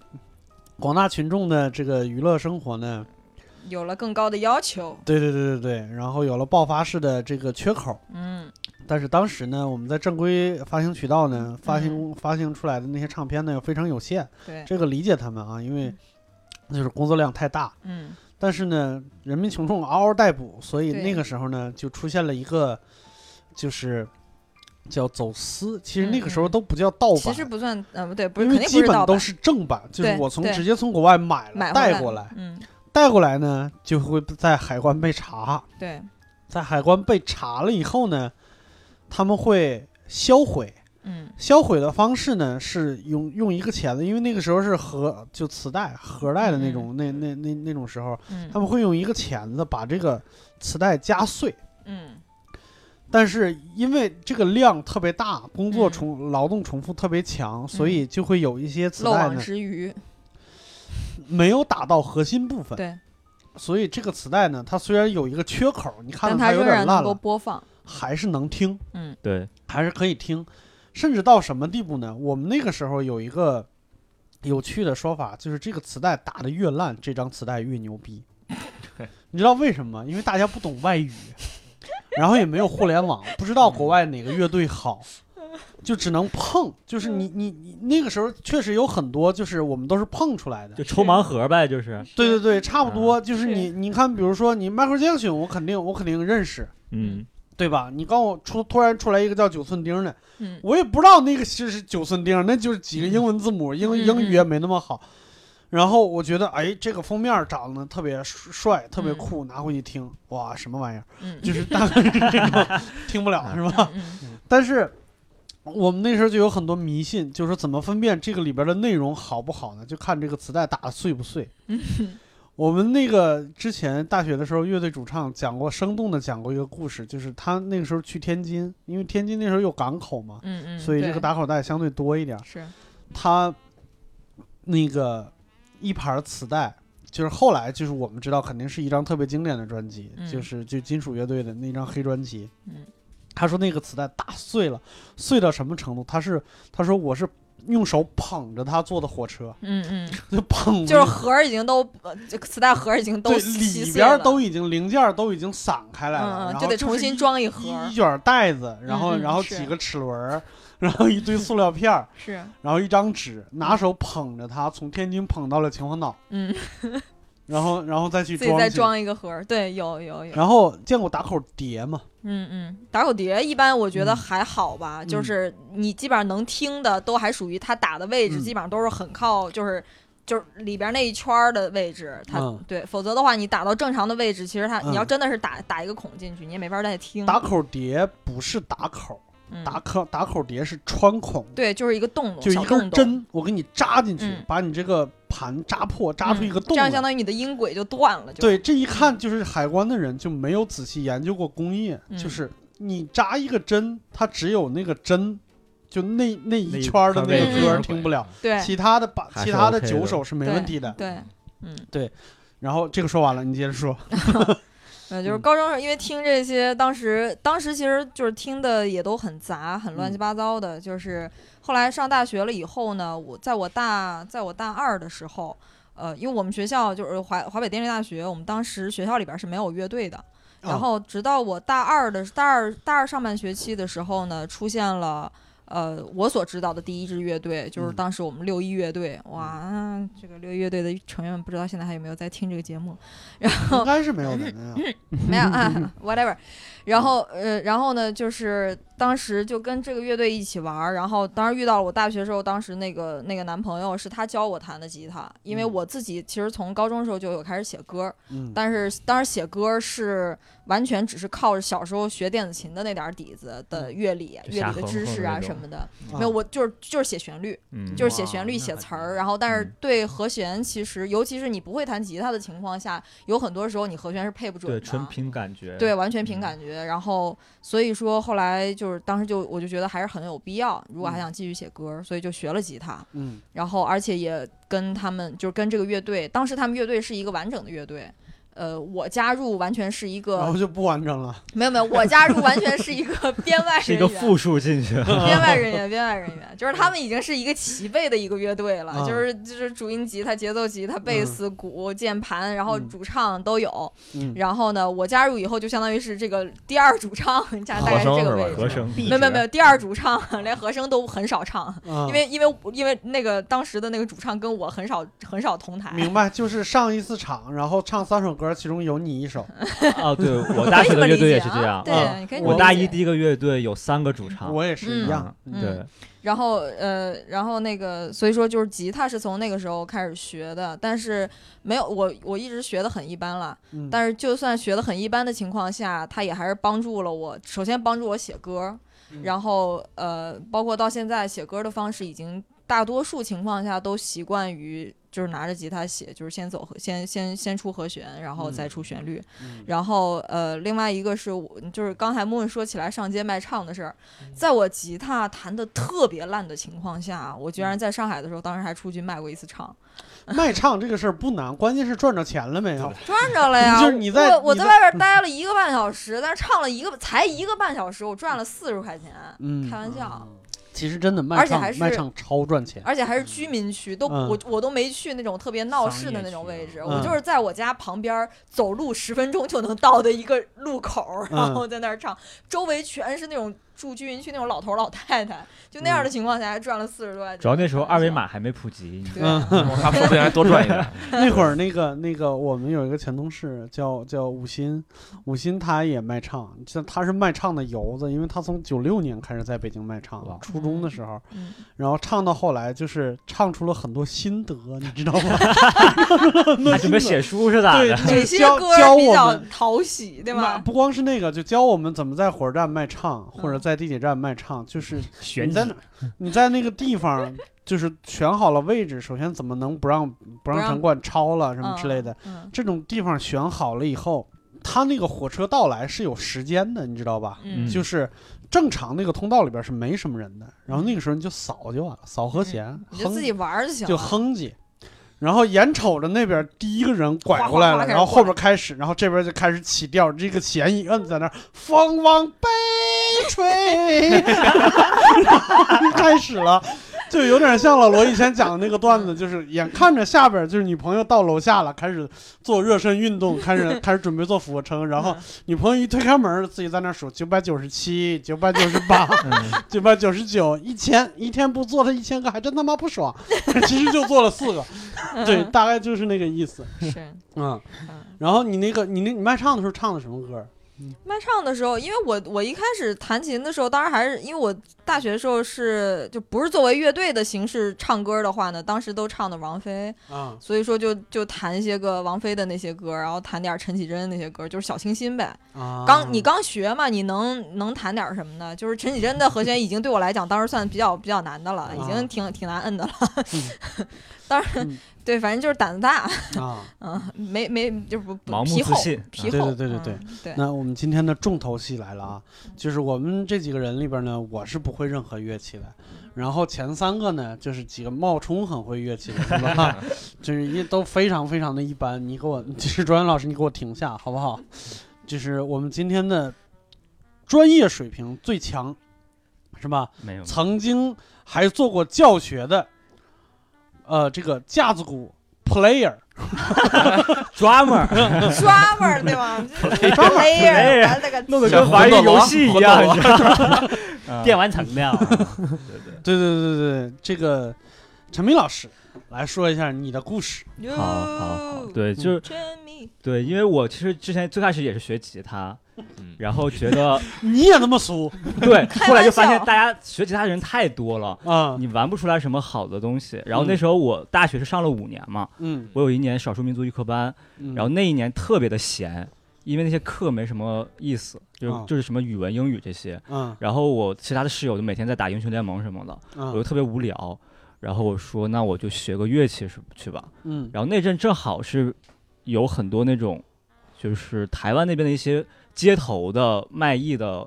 [SPEAKER 1] 广大群众的这个娱乐生活呢，
[SPEAKER 3] 有了更高的要求。
[SPEAKER 1] 对对对对对，然后有了爆发式的这个缺口。
[SPEAKER 3] 嗯
[SPEAKER 1] 但是当时呢，我们在正规发行渠道呢，发行、发行出来的那些唱片呢，又非常有限，
[SPEAKER 3] 对，
[SPEAKER 1] 这个理解他们啊，因为就是工作量太大。
[SPEAKER 3] 嗯
[SPEAKER 1] 但是呢，人民群众嗷嗷待哺，所以
[SPEAKER 3] 对
[SPEAKER 1] 那个时候呢，就出现了一个，就是叫走私。其实那个时候
[SPEAKER 3] 嗯嗯
[SPEAKER 1] 都不叫盗版，
[SPEAKER 3] 其实不算，呃，不对，不是，
[SPEAKER 1] 因
[SPEAKER 3] 肯
[SPEAKER 1] 为
[SPEAKER 3] 定不
[SPEAKER 1] 基
[SPEAKER 3] 是
[SPEAKER 1] 本
[SPEAKER 3] 盗
[SPEAKER 1] 都
[SPEAKER 3] 版，
[SPEAKER 1] 是正版，就是
[SPEAKER 3] 对
[SPEAKER 1] 我从
[SPEAKER 3] 对
[SPEAKER 1] 直接从国外买了
[SPEAKER 3] 买回
[SPEAKER 1] 带过来，
[SPEAKER 3] 嗯，
[SPEAKER 1] 带过来呢就会在海关被查，
[SPEAKER 3] 对，
[SPEAKER 1] 在海关被查了以后呢，他们会销毁。
[SPEAKER 3] 嗯
[SPEAKER 1] 销毁的方式呢是用用一个钳子，因为那个时候是盒就磁带盒带的那种、那那那那种时候，他
[SPEAKER 3] 嗯
[SPEAKER 1] 们会用一个钳子把这个磁带夹碎。
[SPEAKER 3] 嗯，
[SPEAKER 1] 但是因为这个量特别大，工作
[SPEAKER 3] 嗯
[SPEAKER 1] 重、劳动重复特别强，所以就会有一些磁
[SPEAKER 3] 漏
[SPEAKER 1] 带
[SPEAKER 3] 网
[SPEAKER 1] 呢
[SPEAKER 3] 之鱼，
[SPEAKER 1] 没有打到核心部分。
[SPEAKER 3] 对，
[SPEAKER 1] 所以这个磁带呢，它虽然有一个缺口，你看
[SPEAKER 3] 但
[SPEAKER 1] 到
[SPEAKER 3] 它
[SPEAKER 1] 有
[SPEAKER 3] 仍
[SPEAKER 1] 点
[SPEAKER 3] 然
[SPEAKER 1] 烂
[SPEAKER 3] 能够
[SPEAKER 1] 了，
[SPEAKER 3] 播放。
[SPEAKER 1] 还是能听，
[SPEAKER 2] 对，
[SPEAKER 1] 还是可以听。甚至到什么地步呢？我们那个时候有一个有趣的说法，就是这个磁带打得越烂，这张磁带越牛逼。你知道为什么吗？因为大家不懂外语，然后也没有互联网，不知道国外哪个乐队好，就只能碰。就是你你你那个时候确实有很多，就是我们都是碰出来的
[SPEAKER 5] 就。抽盲盒呗，就是，
[SPEAKER 1] 对对
[SPEAKER 3] 嗯
[SPEAKER 1] 对，差不多。就是
[SPEAKER 3] 是
[SPEAKER 1] 你你看，比如说你迈克尔·杰克逊，我肯定我肯定认识，
[SPEAKER 2] 嗯，
[SPEAKER 1] 对吧？你刚我出突然出来一个叫九寸钉的，
[SPEAKER 3] 嗯
[SPEAKER 1] 我也不知道那个是是九寸钉，那就是几个英文字母，英英语也没那么好。然后我觉得，哎，这个封面长得特别帅，特别酷，拿回去听，哇，什么玩意儿？
[SPEAKER 3] 嗯，
[SPEAKER 1] 就是大概是这种，听不了是吧？
[SPEAKER 3] 嗯
[SPEAKER 1] 但是我们那时候就有很多迷信，就是说怎么分辨这个里边的内容好不好呢？就看这个磁带打的碎不碎。我们那个之前大学的时候，乐队主唱讲过，生动的讲过一个故事，就是他那个时候去天津，因为天津那时候有港口嘛，
[SPEAKER 3] 嗯嗯，
[SPEAKER 1] 所以这个
[SPEAKER 3] 对
[SPEAKER 1] 打口袋相对多一点。
[SPEAKER 3] 是，
[SPEAKER 1] 他那个一盘磁带，就是后来就是我们知道肯定是一张特别经典的专辑，
[SPEAKER 3] 嗯
[SPEAKER 1] 就是就金属乐队的那张黑专辑。
[SPEAKER 3] 嗯
[SPEAKER 1] 他说那个磁带打碎了，碎到什么程度？他是他说我是用手捧着他坐的火车，
[SPEAKER 3] 嗯嗯，
[SPEAKER 1] 就捧
[SPEAKER 3] 就是
[SPEAKER 1] 着
[SPEAKER 3] 盒儿已经都，呃这个磁带盒儿已经 都
[SPEAKER 1] 对
[SPEAKER 3] 稀
[SPEAKER 1] 里
[SPEAKER 3] 碎
[SPEAKER 1] 边儿
[SPEAKER 3] 了，
[SPEAKER 1] 都已经零件儿都已经散开来了，
[SPEAKER 3] 嗯
[SPEAKER 1] 然
[SPEAKER 3] 嗯，
[SPEAKER 1] 后
[SPEAKER 3] 就得
[SPEAKER 1] 是
[SPEAKER 3] 重新
[SPEAKER 1] 一
[SPEAKER 3] 装一盒儿
[SPEAKER 1] 一一，卷袋子，然后
[SPEAKER 3] 嗯嗯
[SPEAKER 1] 然后
[SPEAKER 3] 是
[SPEAKER 1] 几个齿轮儿，然后一堆塑料片儿，
[SPEAKER 3] 是，
[SPEAKER 1] 然后一张纸，拿手捧着它从天津捧到了秦皇岛，
[SPEAKER 3] 嗯，
[SPEAKER 1] 然后然后再去
[SPEAKER 3] 自己再
[SPEAKER 1] 去。
[SPEAKER 3] 装一个盒儿，对，有有有，
[SPEAKER 1] 然后见过打口碟吗？
[SPEAKER 3] 嗯嗯，打口碟一般我觉得还好吧，就
[SPEAKER 1] 嗯
[SPEAKER 3] 是你基本上能听的都还属于它打的位置，
[SPEAKER 1] 嗯
[SPEAKER 3] 基本上都是很靠就是。就是里边那一圈儿的位置，它、
[SPEAKER 1] 嗯
[SPEAKER 3] 对，否则的话，你打到正常的位置，其实它、
[SPEAKER 1] 嗯
[SPEAKER 3] 你要真的是打打一个孔进去，你也没法再听。
[SPEAKER 1] 打口碟不是打口，
[SPEAKER 3] 嗯
[SPEAKER 1] 打口打口碟是穿孔，
[SPEAKER 3] 对，就是一个洞洞，
[SPEAKER 1] 就
[SPEAKER 3] 小
[SPEAKER 1] 一根
[SPEAKER 3] 洞洞，
[SPEAKER 1] 针，我给你扎进去，
[SPEAKER 3] 嗯
[SPEAKER 1] 把你这个盘扎破，扎出一个
[SPEAKER 3] 这
[SPEAKER 1] 洞来。
[SPEAKER 3] 样相当于你的音轨就断了，就
[SPEAKER 1] 对，这一看就是海关的人就没有仔细研究过工业，
[SPEAKER 3] 嗯
[SPEAKER 1] 就是你扎一个针，它只有那个针，就那那
[SPEAKER 5] 那
[SPEAKER 1] 一
[SPEAKER 5] 一
[SPEAKER 1] 圈儿的
[SPEAKER 5] 块
[SPEAKER 1] 那
[SPEAKER 3] 位
[SPEAKER 1] 个
[SPEAKER 3] 置
[SPEAKER 1] 歌儿
[SPEAKER 7] 嗯
[SPEAKER 1] 听不了，
[SPEAKER 3] 对
[SPEAKER 1] 其他的把
[SPEAKER 2] 还
[SPEAKER 1] 其
[SPEAKER 2] 是
[SPEAKER 1] 他的
[SPEAKER 2] OK
[SPEAKER 1] 九
[SPEAKER 2] 的
[SPEAKER 1] 首是没问题的。
[SPEAKER 3] 对，嗯，
[SPEAKER 1] 然后这个说完了，你接着说。
[SPEAKER 3] 嗯，就是
[SPEAKER 1] 嗯
[SPEAKER 3] 高中时候因为听这些，当时当时其实就是听的也都很杂，很
[SPEAKER 1] 嗯
[SPEAKER 3] 乱七八糟的。就是后来上大学了以后呢，我在我大在我大二的时候，呃，因为我们学校就是华华北电力大学，我们当时学校里边是没有乐队的。
[SPEAKER 1] 哦
[SPEAKER 3] 然后直到我大二的大二大二上半学期的时候呢，出现了。呃，我所知道的第一支乐队就是
[SPEAKER 1] 嗯
[SPEAKER 3] 当时我们六一乐队，哇，嗯这个六一乐队的成员们不知道现在还有没有在听这个节目，
[SPEAKER 1] 啊应该是没有的那样。
[SPEAKER 3] 没 有啊，whatever。然后呃，然后呢，就是当时就跟这个乐队一起玩儿，然后当时遇到了我大学时候，当时那个那个男朋友是他教我弹的吉他，因为
[SPEAKER 1] 嗯
[SPEAKER 3] 我自己其实从高中的时候就有开始写歌儿，
[SPEAKER 1] 嗯，
[SPEAKER 3] 但是当时写歌儿是完全只是靠着小时候学电子琴的那点儿底子的乐理、
[SPEAKER 5] 嗯就
[SPEAKER 3] 乐
[SPEAKER 5] 瞎
[SPEAKER 3] 理的
[SPEAKER 5] 哼
[SPEAKER 3] 知
[SPEAKER 5] 哼
[SPEAKER 3] 识
[SPEAKER 5] 那
[SPEAKER 3] 啊
[SPEAKER 5] 种
[SPEAKER 3] 什么的，
[SPEAKER 1] 啊
[SPEAKER 3] 没有，我就是就是写旋律，
[SPEAKER 2] 嗯
[SPEAKER 3] 就是写
[SPEAKER 5] 哇
[SPEAKER 3] 旋律、
[SPEAKER 5] 那
[SPEAKER 3] 写
[SPEAKER 5] 还
[SPEAKER 3] 词
[SPEAKER 5] 挺
[SPEAKER 3] 儿，然后但是
[SPEAKER 2] 嗯
[SPEAKER 3] 对和弦，其实尤其是你不会弹吉他的情况下，有很多时候你和弦是配不准的，
[SPEAKER 5] 对，纯凭感觉，
[SPEAKER 3] 对，，完全凭
[SPEAKER 5] 嗯
[SPEAKER 3] 感觉。然后所以说后来就是当时就我就觉得还是很有必要，如果还
[SPEAKER 1] 嗯
[SPEAKER 3] 想继续写歌儿，所以就学了吉他。
[SPEAKER 1] 嗯
[SPEAKER 3] 然后而且也跟他们就是跟这个乐队，当时他们乐队是一个完整的乐队。呃，我加入完全是一
[SPEAKER 1] 然
[SPEAKER 5] 哦
[SPEAKER 3] 个
[SPEAKER 1] 后就不完整了。
[SPEAKER 3] 没有没有，我加入完全是一 个编外
[SPEAKER 5] 是一
[SPEAKER 3] 人
[SPEAKER 5] 个
[SPEAKER 3] 员，
[SPEAKER 5] 复数进去。
[SPEAKER 3] 编 外人员，编外人员，就是他们已经是一个齐备的一个乐队了，
[SPEAKER 5] 嗯
[SPEAKER 1] 啊
[SPEAKER 3] 就是就是主音吉他、节奏吉他、贝斯、鼓、键盘，然后
[SPEAKER 1] 嗯
[SPEAKER 3] 主唱都有。
[SPEAKER 1] 嗯，
[SPEAKER 3] 然后呢，我加入以后就相当于是这个第二主唱， 大
[SPEAKER 7] 和
[SPEAKER 3] 概是
[SPEAKER 7] 声
[SPEAKER 3] 这
[SPEAKER 7] 是
[SPEAKER 3] 个
[SPEAKER 7] 吧
[SPEAKER 3] 位置。
[SPEAKER 5] 啊和声
[SPEAKER 3] 没有没有没有，第二主唱 连和声都很少唱，
[SPEAKER 1] 啊
[SPEAKER 3] 因为因为因为那个当时的那个主唱跟我很少很少同台。
[SPEAKER 1] 明白，就是上一次场，然后唱三首歌，其中有你一首。
[SPEAKER 5] 啊，对我大学的乐队也是这样。
[SPEAKER 3] 对，
[SPEAKER 1] 啊
[SPEAKER 3] 你可以理
[SPEAKER 5] 我大
[SPEAKER 3] 解
[SPEAKER 5] 一第一个乐队有三个主唱，
[SPEAKER 1] 我也是一样。
[SPEAKER 3] 嗯
[SPEAKER 5] 对，
[SPEAKER 3] 然后呃，然后那个，所以说就是吉他是从那个时候开始学的，但是没有我我一直学的很一般啦。
[SPEAKER 1] 嗯，
[SPEAKER 3] 但是就算学的很一般的情况下，它也还是帮助了我，首先帮助我写歌，
[SPEAKER 1] 嗯
[SPEAKER 3] 然后呃，包括到现在写歌的方式，已经大多数情况下都习惯于就是拿着吉他写，就是先走和先先先出和弦，然后再出旋律。
[SPEAKER 1] 嗯
[SPEAKER 3] 然后呃，另外一个是我就是刚才莫问说起来上街卖唱的事儿，
[SPEAKER 1] 嗯
[SPEAKER 3] 在我吉他弹得特别烂的情况下，我
[SPEAKER 1] 嗯
[SPEAKER 3] 居然在上海的时候，当时还出去卖过一次唱，
[SPEAKER 1] 卖唱这个事儿不难，关键是赚着钱了没有？
[SPEAKER 3] 赚着了呀！
[SPEAKER 1] 就是你在
[SPEAKER 3] 我我
[SPEAKER 1] 你
[SPEAKER 3] 在
[SPEAKER 1] 在
[SPEAKER 3] 外边待了一个半小时，但是唱了一个才一个半小时，我赚了四十块钱，
[SPEAKER 1] 嗯
[SPEAKER 3] 开，玩笑。
[SPEAKER 1] 其实真的卖
[SPEAKER 3] 而且
[SPEAKER 1] 唱
[SPEAKER 3] 还是
[SPEAKER 1] 卖唱超赚 钱。
[SPEAKER 3] 而且还是居民区，都、
[SPEAKER 1] 嗯
[SPEAKER 3] 我我都没去那种特别闹市的那种位置，
[SPEAKER 1] 商业区啊
[SPEAKER 3] 我就是在我家旁边儿走路十分钟就能到的一个路口，
[SPEAKER 1] 嗯
[SPEAKER 3] 然后在那儿唱，周围全是那种住居民区那种老头老太太，就
[SPEAKER 1] 嗯
[SPEAKER 3] 那样的情况下还赚了四十多块钱。
[SPEAKER 5] 主要那时候二维码还没普及，
[SPEAKER 3] 对，
[SPEAKER 1] 嗯，
[SPEAKER 7] 我看说不定还多赚一点。
[SPEAKER 1] 那会儿那个那个，我们有一个前同事叫叫吴昕，吴昕他也卖唱，像他是卖唱的油子，因为他从九六年开始在北京卖唱
[SPEAKER 7] 哇，
[SPEAKER 1] 初中的时候，
[SPEAKER 3] 嗯
[SPEAKER 1] 然后唱到后来就是唱出了很多心得，你知道吗？
[SPEAKER 5] 还准备写书是咋
[SPEAKER 1] 对，
[SPEAKER 5] 的？
[SPEAKER 1] 就
[SPEAKER 3] 哪
[SPEAKER 1] 是
[SPEAKER 3] 些
[SPEAKER 1] 教
[SPEAKER 3] 歌
[SPEAKER 1] 教
[SPEAKER 3] 比
[SPEAKER 1] 我
[SPEAKER 3] 较
[SPEAKER 1] 们。
[SPEAKER 3] 讨喜，对
[SPEAKER 1] 那
[SPEAKER 3] 吧？
[SPEAKER 1] 不光是那个，就教我们怎么在火车站卖唱，或者
[SPEAKER 3] 嗯
[SPEAKER 1] 在地铁站卖唱，就是
[SPEAKER 6] 玄
[SPEAKER 1] 你
[SPEAKER 6] 机
[SPEAKER 1] 在哪，你在那个地方就是选好了位置，首先怎么能不让不让
[SPEAKER 3] 让
[SPEAKER 1] 城管超了什么之类的，
[SPEAKER 3] 嗯，
[SPEAKER 1] 这种地方选好了以后，它那个火车到来是有时间的，你知道吧？
[SPEAKER 3] 嗯嗯，
[SPEAKER 1] 就是正常那个通道里边是没什么人的，然后那个时候你就扫就完了，扫和弦，
[SPEAKER 3] 嗯你就
[SPEAKER 1] 哼
[SPEAKER 3] 自己玩儿就行了。
[SPEAKER 1] 就哼唧。然后眼瞅着那边第一个人拐过来
[SPEAKER 3] 哗
[SPEAKER 1] 了，
[SPEAKER 3] 哗哗
[SPEAKER 1] 然后后边开始，然后这边就开始起调，这个弦一摁在那儿，风往北吹， 然后就开始了，就有点像老罗以前讲的那个段子，就是眼看着下边就是女朋友到楼下了，开始做热身运动，开始开始准备做俯卧撑，然
[SPEAKER 3] 嗯
[SPEAKER 1] 后女朋友一推开门，自己在那儿数九百九十七、九百九十八、
[SPEAKER 5] 嗯
[SPEAKER 1] 九百九十九、一千，一天不做他一千个还真他妈不爽， 其实就做了四 个，对，大概就是那个意思。
[SPEAKER 3] 是。
[SPEAKER 1] 嗯
[SPEAKER 3] 嗯，
[SPEAKER 1] 然后你那个你那你卖唱的时候唱的什么歌？
[SPEAKER 3] 卖唱的时候，因为我我一开始弹琴的时候，当然还是因为我大学的时候是就不是作为乐队的形式唱歌的话呢，当时都唱的王菲，
[SPEAKER 1] 啊，
[SPEAKER 3] 所以说就就弹一些个王菲的那些歌，然后弹点陈绮贞那些歌，就是小清新呗。
[SPEAKER 1] 啊
[SPEAKER 3] 刚你刚学嘛，你能能弹点什么呢？就是陈绮贞的和弦已经对我来讲当时算比较比较难的了，已经挺挺难摁的了。 当然
[SPEAKER 1] 啊嗯，
[SPEAKER 3] 对，反正就是胆子大，
[SPEAKER 1] 啊，
[SPEAKER 3] 嗯，没没就不不
[SPEAKER 5] 盲目
[SPEAKER 3] 皮
[SPEAKER 5] 自
[SPEAKER 3] 厚
[SPEAKER 5] 信啊
[SPEAKER 3] 皮厚，
[SPEAKER 1] 对对对对
[SPEAKER 3] 嗯对
[SPEAKER 1] 那我们今天的重头戏来了啊，就是我们这几个人里边呢，我是不会任何乐器的。然后前三个呢，就是几个冒充很会乐器的，是吧？就是一都非常非常的一般。你给我，就是卓源老师，你给我停下，好不好？就是我们今天的专业水平最强，是吧？
[SPEAKER 6] 没有
[SPEAKER 1] 曾经还做过教学的，呃，这个架子鼓 player，
[SPEAKER 5] drummer
[SPEAKER 3] 抓门儿对吗？ 抓门
[SPEAKER 5] ，player
[SPEAKER 3] 我那个
[SPEAKER 5] 弄得
[SPEAKER 7] 像
[SPEAKER 5] 跟
[SPEAKER 7] 魂
[SPEAKER 5] 玩
[SPEAKER 7] 斗
[SPEAKER 5] 一游
[SPEAKER 7] 罗
[SPEAKER 5] 戏一
[SPEAKER 7] 魂斗
[SPEAKER 5] 样，
[SPEAKER 7] 罗
[SPEAKER 5] 你知道吗
[SPEAKER 6] 电玩城 的啊，
[SPEAKER 1] 对对对对对，这个陈明老师来说一下你的故事。嗯
[SPEAKER 3] 哟
[SPEAKER 5] 好好好，对，就是
[SPEAKER 3] 沉迷
[SPEAKER 5] 对，因为我其实之前最开始也是学吉他
[SPEAKER 7] 嗯，
[SPEAKER 5] 然后觉得
[SPEAKER 1] 你也那么俗
[SPEAKER 5] 对，
[SPEAKER 3] 开
[SPEAKER 5] 后来就
[SPEAKER 3] 玩
[SPEAKER 5] 发现
[SPEAKER 3] 笑
[SPEAKER 5] 大家学吉他的人太多了。
[SPEAKER 1] 啊？
[SPEAKER 5] 你玩不出来什么好的东西。然后那
[SPEAKER 1] 嗯
[SPEAKER 5] 时候我大学是上了五年嘛，
[SPEAKER 1] 嗯，
[SPEAKER 5] 我有一年少数民族预科班，
[SPEAKER 1] 嗯
[SPEAKER 5] 然后那一年特别的闲，因为那些课没什么意思，就、
[SPEAKER 1] 啊
[SPEAKER 5] 就是什么语文、英语这些。
[SPEAKER 1] 嗯
[SPEAKER 5] 然后我其他的室友就每天在打英雄联盟什么的，我
[SPEAKER 1] 嗯
[SPEAKER 5] 就特别无聊。然后我说那我就学个乐器是去吧。
[SPEAKER 1] 嗯
[SPEAKER 5] 然后那阵正好是有很多那种，就是台湾那边的一些街头的卖艺的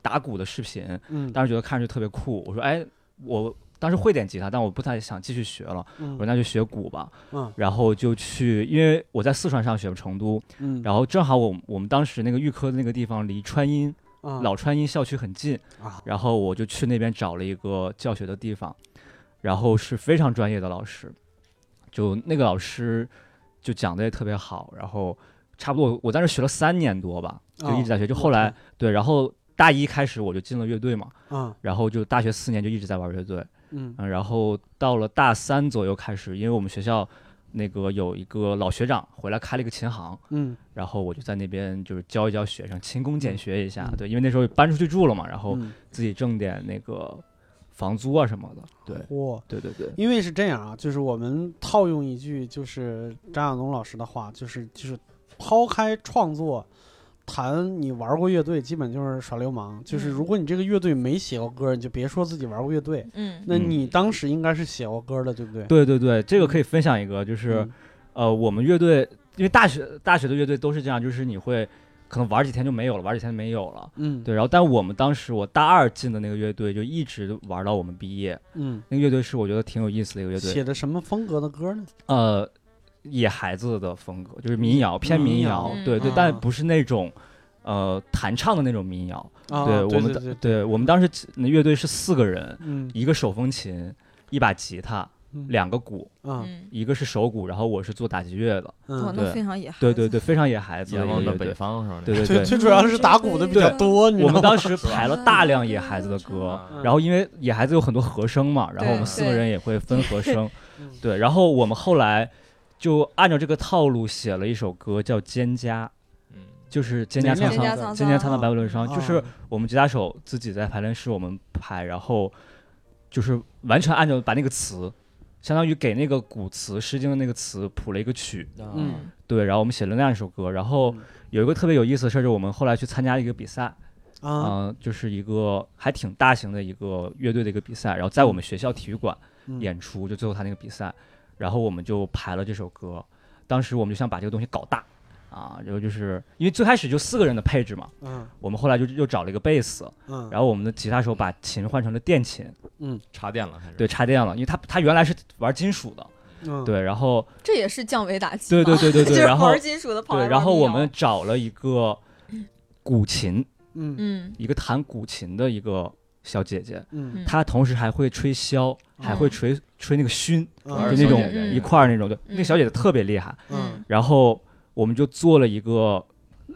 [SPEAKER 5] 打鼓的视频，
[SPEAKER 1] 嗯
[SPEAKER 5] 当时觉得看着就特别酷。我说哎，我当时会点吉他，但我不太想继续学了，我说
[SPEAKER 1] 嗯
[SPEAKER 5] 那就学鼓吧，
[SPEAKER 1] 嗯
[SPEAKER 5] 然后就去，因为我在四川上学，成都，
[SPEAKER 1] 嗯，
[SPEAKER 5] 然后正好我我们当时那个预科的那个地方离川音
[SPEAKER 1] 后
[SPEAKER 5] 老川音校区很近
[SPEAKER 1] 啊，
[SPEAKER 5] 然后我就去那边找了一个教学的地方，然后是非常专业的老师，就那个老师就讲的也特别好，然后差不多我在那儿学了三年多吧，
[SPEAKER 1] 哦
[SPEAKER 5] 就一直在学，就后来对，然后大一开始我就进了乐队嘛，
[SPEAKER 1] 啊
[SPEAKER 5] 然后就大学四年就一直在玩乐队，
[SPEAKER 1] 嗯
[SPEAKER 5] 嗯，然后到了大三左右开始，因为我们学校那个有一个老学长回来开了一个琴行，
[SPEAKER 1] 嗯
[SPEAKER 5] 然后我就在那边就是教一教学生，勤工俭学一下。
[SPEAKER 1] 嗯
[SPEAKER 5] 对，因为那时候搬出去住了嘛，然后
[SPEAKER 1] 嗯
[SPEAKER 5] 自己挣点那个房租啊什么的。对，
[SPEAKER 1] 哇。
[SPEAKER 5] 对对对，
[SPEAKER 1] 因为是这样啊，就是我们套用一句就是张亚东老师的话，就是就是抛开创作，谈你玩过乐队，基本就是耍流氓。就是如果你这个乐队没写过歌，你就别说自己玩过乐队。
[SPEAKER 3] 嗯
[SPEAKER 1] 那你当时应该是写过歌的，对不对？
[SPEAKER 5] 对对对，这个可以分享一个，就是、
[SPEAKER 1] 嗯，
[SPEAKER 5] 呃，我们乐队因为大学大学的乐队都是这样，就是你会可能玩几天就没有了，玩几天就没有了。
[SPEAKER 1] 嗯，，
[SPEAKER 5] 对，然后但我们当时我大二进的那个乐队就一直玩到我们毕业，
[SPEAKER 1] 嗯，
[SPEAKER 5] 那个乐队是我觉得挺有意思的一个乐队，
[SPEAKER 1] 写的什么风格的歌呢？
[SPEAKER 5] 呃，野孩子的风格，就是民谣，偏民
[SPEAKER 1] 民
[SPEAKER 5] 谣，
[SPEAKER 3] 谣
[SPEAKER 5] 对对，
[SPEAKER 1] 嗯
[SPEAKER 5] 但
[SPEAKER 1] 啊
[SPEAKER 5] 不是那种。呃，弹唱的那种民谣，
[SPEAKER 1] 啊，
[SPEAKER 5] 对
[SPEAKER 1] 对
[SPEAKER 5] 我们
[SPEAKER 1] 对
[SPEAKER 5] 当
[SPEAKER 1] 对，
[SPEAKER 5] 对我们当时那乐队是四个人，
[SPEAKER 1] 嗯，
[SPEAKER 5] 一个手风琴，一把吉他，
[SPEAKER 1] 嗯
[SPEAKER 5] 两个鼓，
[SPEAKER 1] 啊，
[SPEAKER 3] 嗯，
[SPEAKER 5] 一个是手鼓，然后我是做打击乐的，
[SPEAKER 3] 哇，
[SPEAKER 1] 嗯，
[SPEAKER 3] 那
[SPEAKER 5] 对
[SPEAKER 3] 非常野孩子，
[SPEAKER 5] 对对对，非常野孩子的
[SPEAKER 7] 眼
[SPEAKER 5] 一
[SPEAKER 7] 望
[SPEAKER 5] 个
[SPEAKER 7] 着
[SPEAKER 5] 乐
[SPEAKER 7] 北
[SPEAKER 5] 队，
[SPEAKER 7] 方是吧？
[SPEAKER 5] 对对
[SPEAKER 1] 最
[SPEAKER 5] 对，
[SPEAKER 1] 最主要是打鼓的比较多，你知道
[SPEAKER 5] 我们
[SPEAKER 1] 吗？
[SPEAKER 5] 当时排了大量野孩子的歌，
[SPEAKER 1] 嗯
[SPEAKER 5] 然后因为野孩子有很多和声嘛，然后我们四个人也会分和声，
[SPEAKER 1] 嗯
[SPEAKER 5] 对，然后我们后来就按照这个套路写了一首歌叫《蒹葭》，
[SPEAKER 7] 嗯，
[SPEAKER 5] 就是蒹葭
[SPEAKER 1] 蒹葭
[SPEAKER 5] 苍
[SPEAKER 3] 蒹葭苍
[SPEAKER 5] 苍，蒹葭苍苍白露为霜，
[SPEAKER 1] 啊
[SPEAKER 5] 就是我们吉他手自己在排练室我们排，然后就是完全按照把那个词，相当于给那个古词《诗经》的那个词谱了一个曲，
[SPEAKER 1] 嗯
[SPEAKER 5] 对，然后我们写了那样一首歌，然后
[SPEAKER 1] 嗯
[SPEAKER 5] 有一个特别有意思的事儿，就是我们后来去参加一个比赛。
[SPEAKER 1] 啊，
[SPEAKER 5] 嗯、就是一个还挺大型的一个乐队的一个比赛，然后在我们学校体育馆
[SPEAKER 1] 嗯
[SPEAKER 5] 演出，就最后他那个比赛，然后我们就排了这首歌，当时我们就想把这个东西搞大啊，然后就是因为最开始就四个人的配置嘛，
[SPEAKER 1] 嗯
[SPEAKER 5] 我们后来就又找了一个贝斯，
[SPEAKER 1] 嗯，
[SPEAKER 5] 啊然后我们的吉他手把琴换成了电琴，
[SPEAKER 7] 插电了开始。
[SPEAKER 5] 对，插电了，因为他他原来是玩金属的，
[SPEAKER 1] 嗯，
[SPEAKER 5] 对，然后
[SPEAKER 3] 这也是降维打击
[SPEAKER 5] 对
[SPEAKER 3] 嘛，
[SPEAKER 5] 对对 对
[SPEAKER 3] 就
[SPEAKER 5] 对，
[SPEAKER 3] 是
[SPEAKER 5] 然后
[SPEAKER 3] 玩金属的跑来
[SPEAKER 5] 对，然
[SPEAKER 3] 玩
[SPEAKER 5] 后
[SPEAKER 3] 民
[SPEAKER 5] 我
[SPEAKER 3] 谣
[SPEAKER 5] 们找了一个古琴，
[SPEAKER 1] 嗯
[SPEAKER 3] 嗯
[SPEAKER 5] 一个弹古琴的一个小姐姐。
[SPEAKER 1] 嗯
[SPEAKER 3] 嗯哦
[SPEAKER 5] 他同时还会吹箫，还会吹吹那个埙，
[SPEAKER 1] 嗯
[SPEAKER 5] 就那种
[SPEAKER 3] 嗯嗯
[SPEAKER 5] 一块儿那种的。
[SPEAKER 3] 嗯
[SPEAKER 5] 那个小姐姐特别厉害，
[SPEAKER 1] 嗯
[SPEAKER 3] 嗯
[SPEAKER 5] 然后我们就做了一个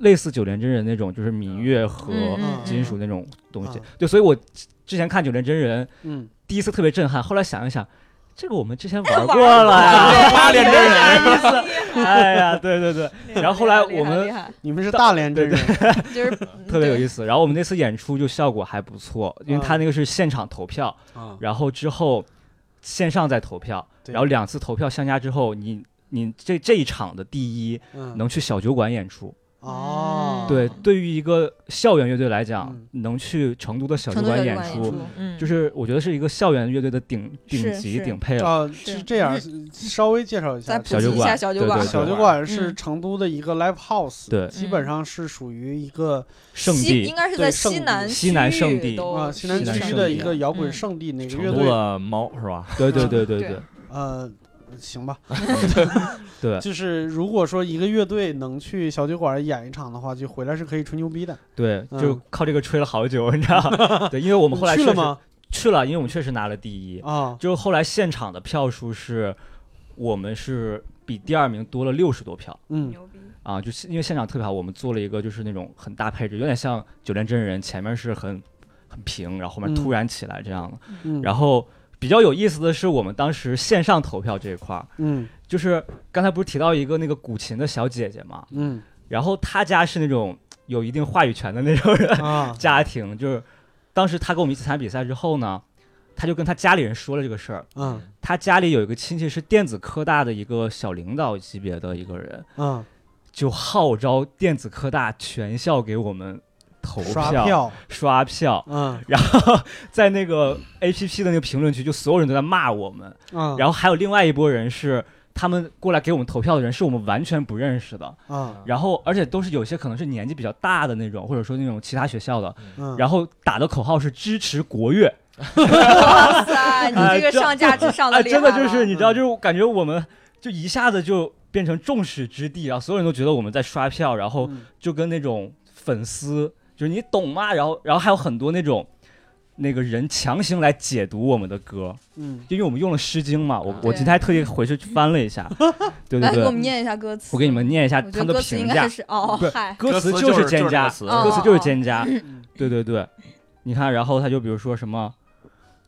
[SPEAKER 5] 类似九连真人那种，就是民乐和
[SPEAKER 3] 嗯哦
[SPEAKER 5] 金属那种东西
[SPEAKER 1] 嗯。
[SPEAKER 5] 对，所以我之前看九连真人
[SPEAKER 1] 嗯，
[SPEAKER 5] 第一次特别震撼，后来想一想，这个我们之前玩过 了呀，八连真人意思。哎呀，对对对，
[SPEAKER 3] 厉害
[SPEAKER 5] 然后后来
[SPEAKER 3] 厉害
[SPEAKER 5] 我们
[SPEAKER 3] 厉害
[SPEAKER 1] 你们是大连真人，
[SPEAKER 3] 就是
[SPEAKER 5] 特别有意
[SPEAKER 3] 思，
[SPEAKER 5] 思。然后我们那次演出就效果还不错，因为他
[SPEAKER 3] 哦
[SPEAKER 1] 嗯
[SPEAKER 5] 那个是现场投票。
[SPEAKER 1] 啊
[SPEAKER 5] 然后之后线上再投票，
[SPEAKER 1] 对
[SPEAKER 5] 然后两次投票相加之后，你你这这一场的第一
[SPEAKER 1] 嗯
[SPEAKER 5] 能去小酒馆演出。
[SPEAKER 1] 哦，
[SPEAKER 5] 对，对于一个校园乐队来讲，
[SPEAKER 1] 嗯
[SPEAKER 5] 能去成都的小
[SPEAKER 3] 对成都
[SPEAKER 5] 酒馆
[SPEAKER 3] 有
[SPEAKER 5] 演
[SPEAKER 3] 管
[SPEAKER 5] 出，
[SPEAKER 3] 出，嗯，
[SPEAKER 5] 就是我觉得是一个校园乐队的顶顶
[SPEAKER 3] 是
[SPEAKER 5] 级
[SPEAKER 3] 是
[SPEAKER 5] 顶配了。
[SPEAKER 1] 啊，是这样，稍微介绍一
[SPEAKER 3] 再
[SPEAKER 1] 下
[SPEAKER 3] 普，
[SPEAKER 5] 小
[SPEAKER 3] 及
[SPEAKER 5] 酒
[SPEAKER 3] 一下
[SPEAKER 5] 馆
[SPEAKER 3] 小嗯酒
[SPEAKER 5] 对
[SPEAKER 3] 馆
[SPEAKER 5] 对
[SPEAKER 3] 儿，
[SPEAKER 1] 小
[SPEAKER 5] 酒
[SPEAKER 1] 酒
[SPEAKER 5] 馆
[SPEAKER 1] 馆是成都的一个 live house，
[SPEAKER 5] 对
[SPEAKER 1] 基本上是属于一个
[SPEAKER 5] 圣
[SPEAKER 3] 西
[SPEAKER 5] 地
[SPEAKER 3] 应，该是
[SPEAKER 1] 对
[SPEAKER 3] 在
[SPEAKER 1] 圣
[SPEAKER 3] 西
[SPEAKER 1] 地
[SPEAKER 3] 南
[SPEAKER 5] 西南
[SPEAKER 3] 区
[SPEAKER 5] 圣地
[SPEAKER 3] 都
[SPEAKER 1] 啊西南
[SPEAKER 3] 是
[SPEAKER 1] 区
[SPEAKER 3] 圣
[SPEAKER 1] 的
[SPEAKER 3] 地
[SPEAKER 1] 一个摇
[SPEAKER 3] 嗯
[SPEAKER 1] 滚圣地，哪个乐
[SPEAKER 7] 成都
[SPEAKER 1] 队？
[SPEAKER 7] 的猫是吧？
[SPEAKER 5] 对对对对
[SPEAKER 3] 对
[SPEAKER 5] 对
[SPEAKER 1] 呃，行吧，
[SPEAKER 5] 对
[SPEAKER 1] 就是如果说一个乐队能去小酒馆演一场的话，就回来是可以吹牛逼的。
[SPEAKER 5] 对，
[SPEAKER 1] 嗯
[SPEAKER 5] 就靠这个吹了好久，你知道 吗？对，因为我们后来
[SPEAKER 1] 去
[SPEAKER 5] 确
[SPEAKER 1] 了
[SPEAKER 5] 实
[SPEAKER 1] 吗？
[SPEAKER 5] 去了，因为我们确实拿了第一。
[SPEAKER 1] 啊，
[SPEAKER 5] 就是后来现场的票数是，我们是比第二名多了六十多票
[SPEAKER 1] 嗯
[SPEAKER 3] 牛逼，
[SPEAKER 5] 啊，就是因为现场特别好，我们做了一个就是那种很大配置，有点像九连真人，前面是很很平，然后后面
[SPEAKER 1] 嗯
[SPEAKER 5] 突然起来这样的。
[SPEAKER 1] 嗯，
[SPEAKER 5] 然后比较有意思的是，我们当时线上投票这一块儿，
[SPEAKER 1] 嗯
[SPEAKER 5] 就是刚才不是提到一个那个古琴的小姐姐嘛，
[SPEAKER 1] 嗯
[SPEAKER 5] 然后她家是那种有一定话语权的那种 人，
[SPEAKER 1] 啊，
[SPEAKER 5] 家庭，就是当时她跟我们一起参加比赛之后呢，她就跟她家里人说了这个事儿。
[SPEAKER 1] 嗯
[SPEAKER 5] 他家里有一个亲戚是电子科大的一个小领导级别的一个人，
[SPEAKER 1] 嗯，
[SPEAKER 5] 就号召电子科大全校给我们投
[SPEAKER 1] 刷
[SPEAKER 5] 票、
[SPEAKER 1] 票，
[SPEAKER 5] 刷票
[SPEAKER 1] 嗯
[SPEAKER 5] 然后在那个 A P P 的那个评论区，就所有人都在骂我们。
[SPEAKER 3] 啊
[SPEAKER 1] 嗯，
[SPEAKER 5] 然后还有另外一波人是他们过来给我们投票的人，是我们完全不认识的。
[SPEAKER 1] 啊
[SPEAKER 5] 然后而且都是有些可能是
[SPEAKER 3] 啊
[SPEAKER 5] 年纪比较大的那种，或者说那种其他学校的。
[SPEAKER 1] 嗯，
[SPEAKER 5] 然后打的口号是支持国乐，
[SPEAKER 3] 哇塞，你
[SPEAKER 5] 哎
[SPEAKER 3] 这个上价值上
[SPEAKER 5] 哎，
[SPEAKER 3] 的啊厉害嗯
[SPEAKER 5] 真
[SPEAKER 3] 了、
[SPEAKER 5] 的就是你知道，就是我感觉我们就一下子就变成众矢之的，然后所有人都觉得我们在刷票，然后
[SPEAKER 1] 嗯
[SPEAKER 5] 就跟那种粉丝，就是你懂吗？然后然后还有很多那种那个人强行来解读我们的歌，
[SPEAKER 1] 嗯，
[SPEAKER 5] 因为我们用了《诗经》嘛，我
[SPEAKER 3] 对
[SPEAKER 5] 我今天还特意回去翻了 一下，对
[SPEAKER 3] 来
[SPEAKER 5] 对
[SPEAKER 3] 给我
[SPEAKER 5] 对
[SPEAKER 3] 们，念一下歌词。
[SPEAKER 5] 我给你们念一下
[SPEAKER 3] 我
[SPEAKER 5] 他
[SPEAKER 3] 觉
[SPEAKER 5] 们
[SPEAKER 3] 得
[SPEAKER 5] 的
[SPEAKER 3] 歌词应该
[SPEAKER 5] 评价，
[SPEAKER 3] 是哦，
[SPEAKER 5] 不是
[SPEAKER 3] 嗨，
[SPEAKER 5] 歌词
[SPEAKER 7] 词
[SPEAKER 5] 就是蒹葭，
[SPEAKER 7] 词
[SPEAKER 3] 哦
[SPEAKER 5] 歌词就是蒹葭，对对对。你看，然后他就比如说什么，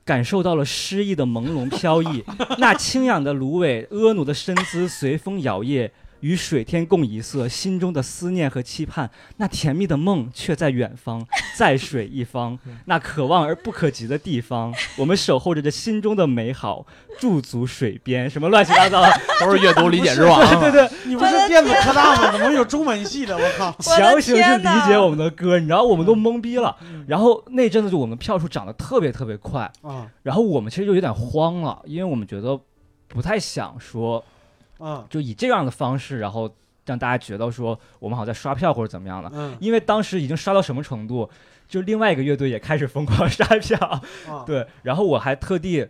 [SPEAKER 5] 感受到了诗意的朦胧飘逸， 那清雅的芦苇，婀娜的身姿随风摇曳，与水天共一色，心中的思念和期盼，那甜蜜的梦却在远方，在水一 方，那可望而不可及的地方，我们守候着这心中的美好，驻足水边，什么乱七八 糟的，
[SPEAKER 7] 都是阅读理解之王。啊
[SPEAKER 5] 对对对，
[SPEAKER 1] 你不是电子科大吗？怎么有中文系的？我靠！
[SPEAKER 3] 我的
[SPEAKER 5] 强行去
[SPEAKER 3] 天
[SPEAKER 5] 理
[SPEAKER 3] 哪嗯
[SPEAKER 5] 解我们的歌，你知道我们都懵逼了。然后那阵子就我们票数涨得特别特别快，
[SPEAKER 1] 啊
[SPEAKER 5] 然后我们其实就有点慌了，因为我们觉得不太想说
[SPEAKER 1] 啊
[SPEAKER 5] 就以这样的方式，然后让大家觉得说我们好像在刷票或者怎么样的。
[SPEAKER 1] 嗯
[SPEAKER 5] 因为当时已经刷到什么程度，就另外一个乐队也开始疯狂刷票，
[SPEAKER 1] 啊，
[SPEAKER 5] 对。然后我还特地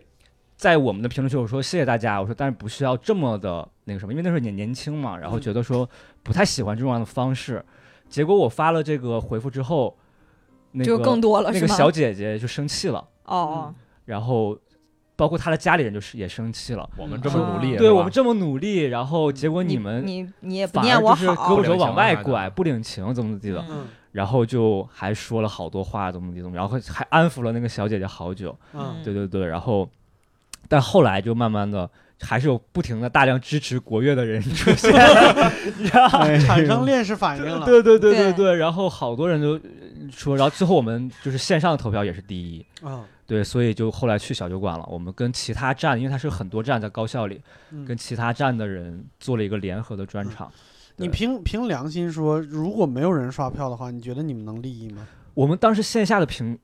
[SPEAKER 5] 在我们的评论区我说谢谢大家，我说但是不需要这么的那个什么，因为那时候也年轻嘛，然后觉得说不太喜欢这种样的方式。结果我发了这个回复之后，那
[SPEAKER 3] 就
[SPEAKER 5] 个
[SPEAKER 3] 更多了，
[SPEAKER 5] 那
[SPEAKER 3] 是
[SPEAKER 5] 个
[SPEAKER 3] 吗？
[SPEAKER 5] 小姐嗯姐就生气了，
[SPEAKER 3] 哦哦，
[SPEAKER 5] 然后包括她的家里人就是也生气了。
[SPEAKER 7] 我们这么努力，
[SPEAKER 5] 对
[SPEAKER 7] 是吧
[SPEAKER 5] 我们这么努力，然后结果
[SPEAKER 3] 嗯你
[SPEAKER 5] 们
[SPEAKER 3] 你你也不
[SPEAKER 5] 反
[SPEAKER 3] 念
[SPEAKER 5] 而
[SPEAKER 3] 我
[SPEAKER 5] 就是
[SPEAKER 3] 好，
[SPEAKER 5] 胳膊肘往
[SPEAKER 2] 不
[SPEAKER 5] 外
[SPEAKER 2] 领情啊
[SPEAKER 5] 拐，不领情，怎么怎么地的。
[SPEAKER 1] 嗯
[SPEAKER 5] 然后就还说了好多话，怎么地怎么，然后还安抚了那个小姐姐好久。
[SPEAKER 1] 嗯
[SPEAKER 5] 对对对，然后，但后来就慢慢的。还是有不停的大量支持国乐的人出现，你知道吗
[SPEAKER 1] 嗯，产生链式反应了。
[SPEAKER 5] 对对对对
[SPEAKER 3] 对
[SPEAKER 5] 对，然后好多人都呃说，然后最后我们就是线上投票也是第一，
[SPEAKER 1] 啊，
[SPEAKER 5] 对，所以就后来去小酒馆了。我们跟其他站，因为它是有很多站在高校里，
[SPEAKER 1] 嗯
[SPEAKER 5] 跟其他站的人做了一个联合的专场。
[SPEAKER 1] 你
[SPEAKER 5] 对
[SPEAKER 1] 凭凭良心说，如果没有人刷票的话，你觉得你们能利益吗？
[SPEAKER 5] 我们当时线下的评，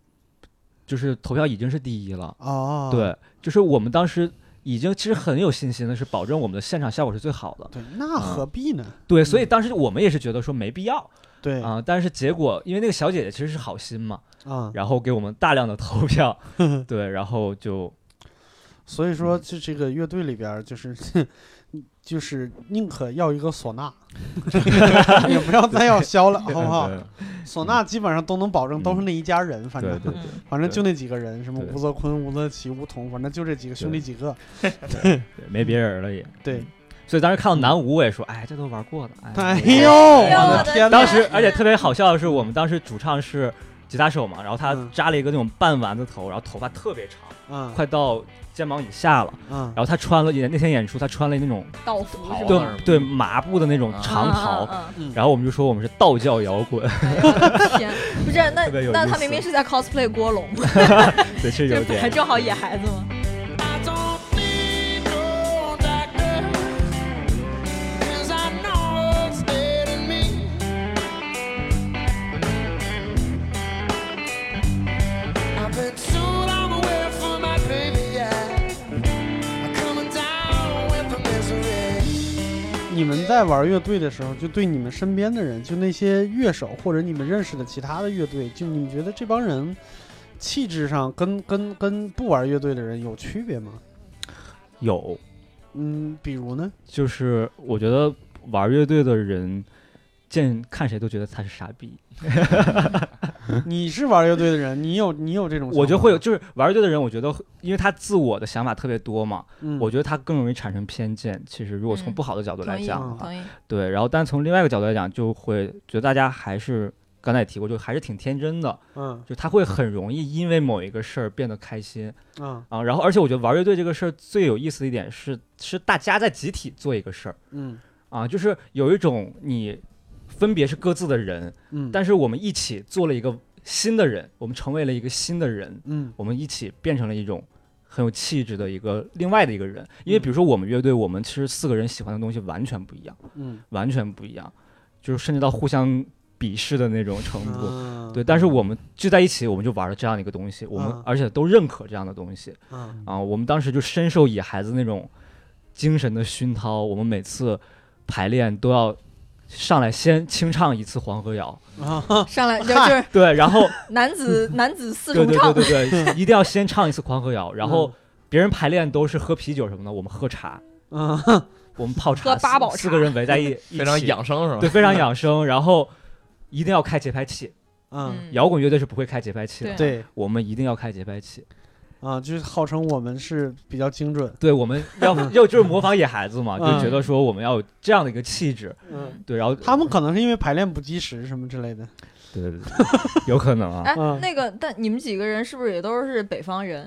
[SPEAKER 5] 就是投票已经是第一了。
[SPEAKER 1] 哦，
[SPEAKER 5] 对，就是我们当时已经其实很有信心的，是保证我们的现场效果是最好的。
[SPEAKER 1] 对，啊那何必呢？
[SPEAKER 5] 对，所以当时我们也是觉得说没必要
[SPEAKER 1] 嗯对
[SPEAKER 5] 啊、但是结果因为那个小姐姐其实是好心嘛，
[SPEAKER 1] 啊，
[SPEAKER 5] 然后给我们大量的投 票，对，然后就
[SPEAKER 1] 所以说就这个乐队里边儿就是。 就是宁可要一个唢呐， 也不要再要箫了，好不好？唢呐基本上都能保证都是那一家人，反
[SPEAKER 5] 对
[SPEAKER 1] 正
[SPEAKER 5] 对对
[SPEAKER 3] 嗯
[SPEAKER 1] 反正就那几个人，什么
[SPEAKER 5] 对
[SPEAKER 1] 吴泽坤、吴泽奇、吴彤，反正就这几个兄弟几个。
[SPEAKER 5] 对，没别人了也。嗯
[SPEAKER 1] 对，
[SPEAKER 5] 所以当时看到南无，我也说，哎，这都玩过了，
[SPEAKER 1] 哎
[SPEAKER 5] 哎。
[SPEAKER 1] 呦，
[SPEAKER 3] 哎呦
[SPEAKER 1] 我
[SPEAKER 3] 我
[SPEAKER 1] 的
[SPEAKER 3] 的
[SPEAKER 1] 天哪！
[SPEAKER 5] 当时，而且特别好笑的是，我们当时主唱是吉他手嘛，然后他
[SPEAKER 1] 嗯
[SPEAKER 5] 扎了一个那种半丸子头，然后头发特别长，
[SPEAKER 1] 嗯
[SPEAKER 5] 快到肩膀以下了。
[SPEAKER 1] 嗯
[SPEAKER 5] 然后他穿了演那天演出，他穿了那种
[SPEAKER 3] 道服是
[SPEAKER 7] 袍
[SPEAKER 3] 吗
[SPEAKER 7] 子那儿
[SPEAKER 5] 对对麻布的那种长
[SPEAKER 3] 嗯
[SPEAKER 5] 袍。
[SPEAKER 3] 嗯嗯
[SPEAKER 5] 然后我们就说我们是道教摇 滚，
[SPEAKER 3] 哎呦我的天，不是那
[SPEAKER 5] 特别有
[SPEAKER 3] 那
[SPEAKER 5] 意
[SPEAKER 3] 他
[SPEAKER 5] 思
[SPEAKER 3] 明明是在 cosplay 郭龙，
[SPEAKER 5] 对，是
[SPEAKER 3] 这
[SPEAKER 5] 有
[SPEAKER 3] 不
[SPEAKER 5] 点
[SPEAKER 3] 还。正好野孩子吗？
[SPEAKER 8] I don't need no doctor, 'cause I know it's dead in me. I've been too long away from my baby. I'm coming down with the misery.
[SPEAKER 1] 你们在玩乐队的时候，就对你们身边的人，就那些乐手或者你们认识的其他的乐队，就你们觉得这帮人气质上跟跟跟不玩乐队的人有区别吗？
[SPEAKER 5] 有，
[SPEAKER 1] 嗯，比如呢？
[SPEAKER 5] 就是我觉得玩乐队的人，见看谁都觉得他是傻逼。
[SPEAKER 1] 你是玩乐队的人，你有你有这种，
[SPEAKER 5] 嗯我觉得会有，，就是玩乐队的人，我觉得会因为他自我的想法特别多嘛，
[SPEAKER 1] 嗯、
[SPEAKER 5] 我觉得他更容易产生偏见。其实如果从
[SPEAKER 3] 嗯
[SPEAKER 5] 不好的角度来
[SPEAKER 3] 同意
[SPEAKER 5] 讲啊的话，
[SPEAKER 3] 同意，
[SPEAKER 5] 对，然后但从另外一个角度来讲，就会觉得大家还是刚才也提过，就还是挺天真的，
[SPEAKER 1] 嗯
[SPEAKER 5] 就他会很容易因为某一个事儿变得开心
[SPEAKER 1] 嗯
[SPEAKER 5] 啊。然后而且我觉得玩乐队这个事儿最有意思的一点是，是大家在集体做一个事儿
[SPEAKER 1] 嗯
[SPEAKER 5] 啊，就是有一种你分别是各自的人，
[SPEAKER 1] 嗯，
[SPEAKER 5] 但是我们一起做了一个新的人，我们成为了一个新的人，
[SPEAKER 1] 嗯
[SPEAKER 5] 我们一起变成了一种很有气质的一个另外的一个人。因为比如说我们乐队，我们其实四个人喜欢的东西完全不一样，
[SPEAKER 1] 嗯
[SPEAKER 5] 完全不一样，就是甚至到互相鄙视的那种程度。
[SPEAKER 1] 嗯，
[SPEAKER 5] 对，但是我们聚在一起，我们就玩了这样的一个东西，我们、
[SPEAKER 1] 嗯
[SPEAKER 5] 而且都认可这样的东西
[SPEAKER 1] 嗯
[SPEAKER 5] 啊。我们当时就深受野孩子那种精神的熏陶，我们每次排练都要上来先清唱一次《黄河谣
[SPEAKER 1] 啊，
[SPEAKER 3] 上来就就是》，
[SPEAKER 5] 对，然后
[SPEAKER 3] 男 子男子四
[SPEAKER 5] 对
[SPEAKER 3] 重
[SPEAKER 5] 对
[SPEAKER 3] 唱，
[SPEAKER 5] 对对对，一定要先唱一次《黄河谣》，然后别人排练都是喝啤酒什么的，我们喝茶，
[SPEAKER 1] 嗯，
[SPEAKER 5] 我们泡茶，
[SPEAKER 3] 喝八宝
[SPEAKER 5] 四四
[SPEAKER 3] 茶
[SPEAKER 5] 个人围在一一
[SPEAKER 7] 非常
[SPEAKER 5] 起
[SPEAKER 7] 养生是吧？
[SPEAKER 5] 对，非常养生。然后一定要开节拍器，
[SPEAKER 1] 嗯，
[SPEAKER 5] 啊摇滚乐队是不会开节拍器的
[SPEAKER 3] 对，
[SPEAKER 1] 对
[SPEAKER 5] 我们一定要开节拍器。
[SPEAKER 1] 啊，就是号称我们是比较精准，
[SPEAKER 5] 对，我们 要要就是模仿野孩子嘛，就
[SPEAKER 1] 嗯
[SPEAKER 5] 觉得说我们要有这样的一个气质。
[SPEAKER 1] 嗯，
[SPEAKER 5] 对，然后
[SPEAKER 1] 他们可能是因为排练不及时什么之类的，
[SPEAKER 5] 对对对对，有可能 啊。
[SPEAKER 3] 哎
[SPEAKER 1] 嗯，
[SPEAKER 3] 那个，但你们几个人是不是也都是北方人？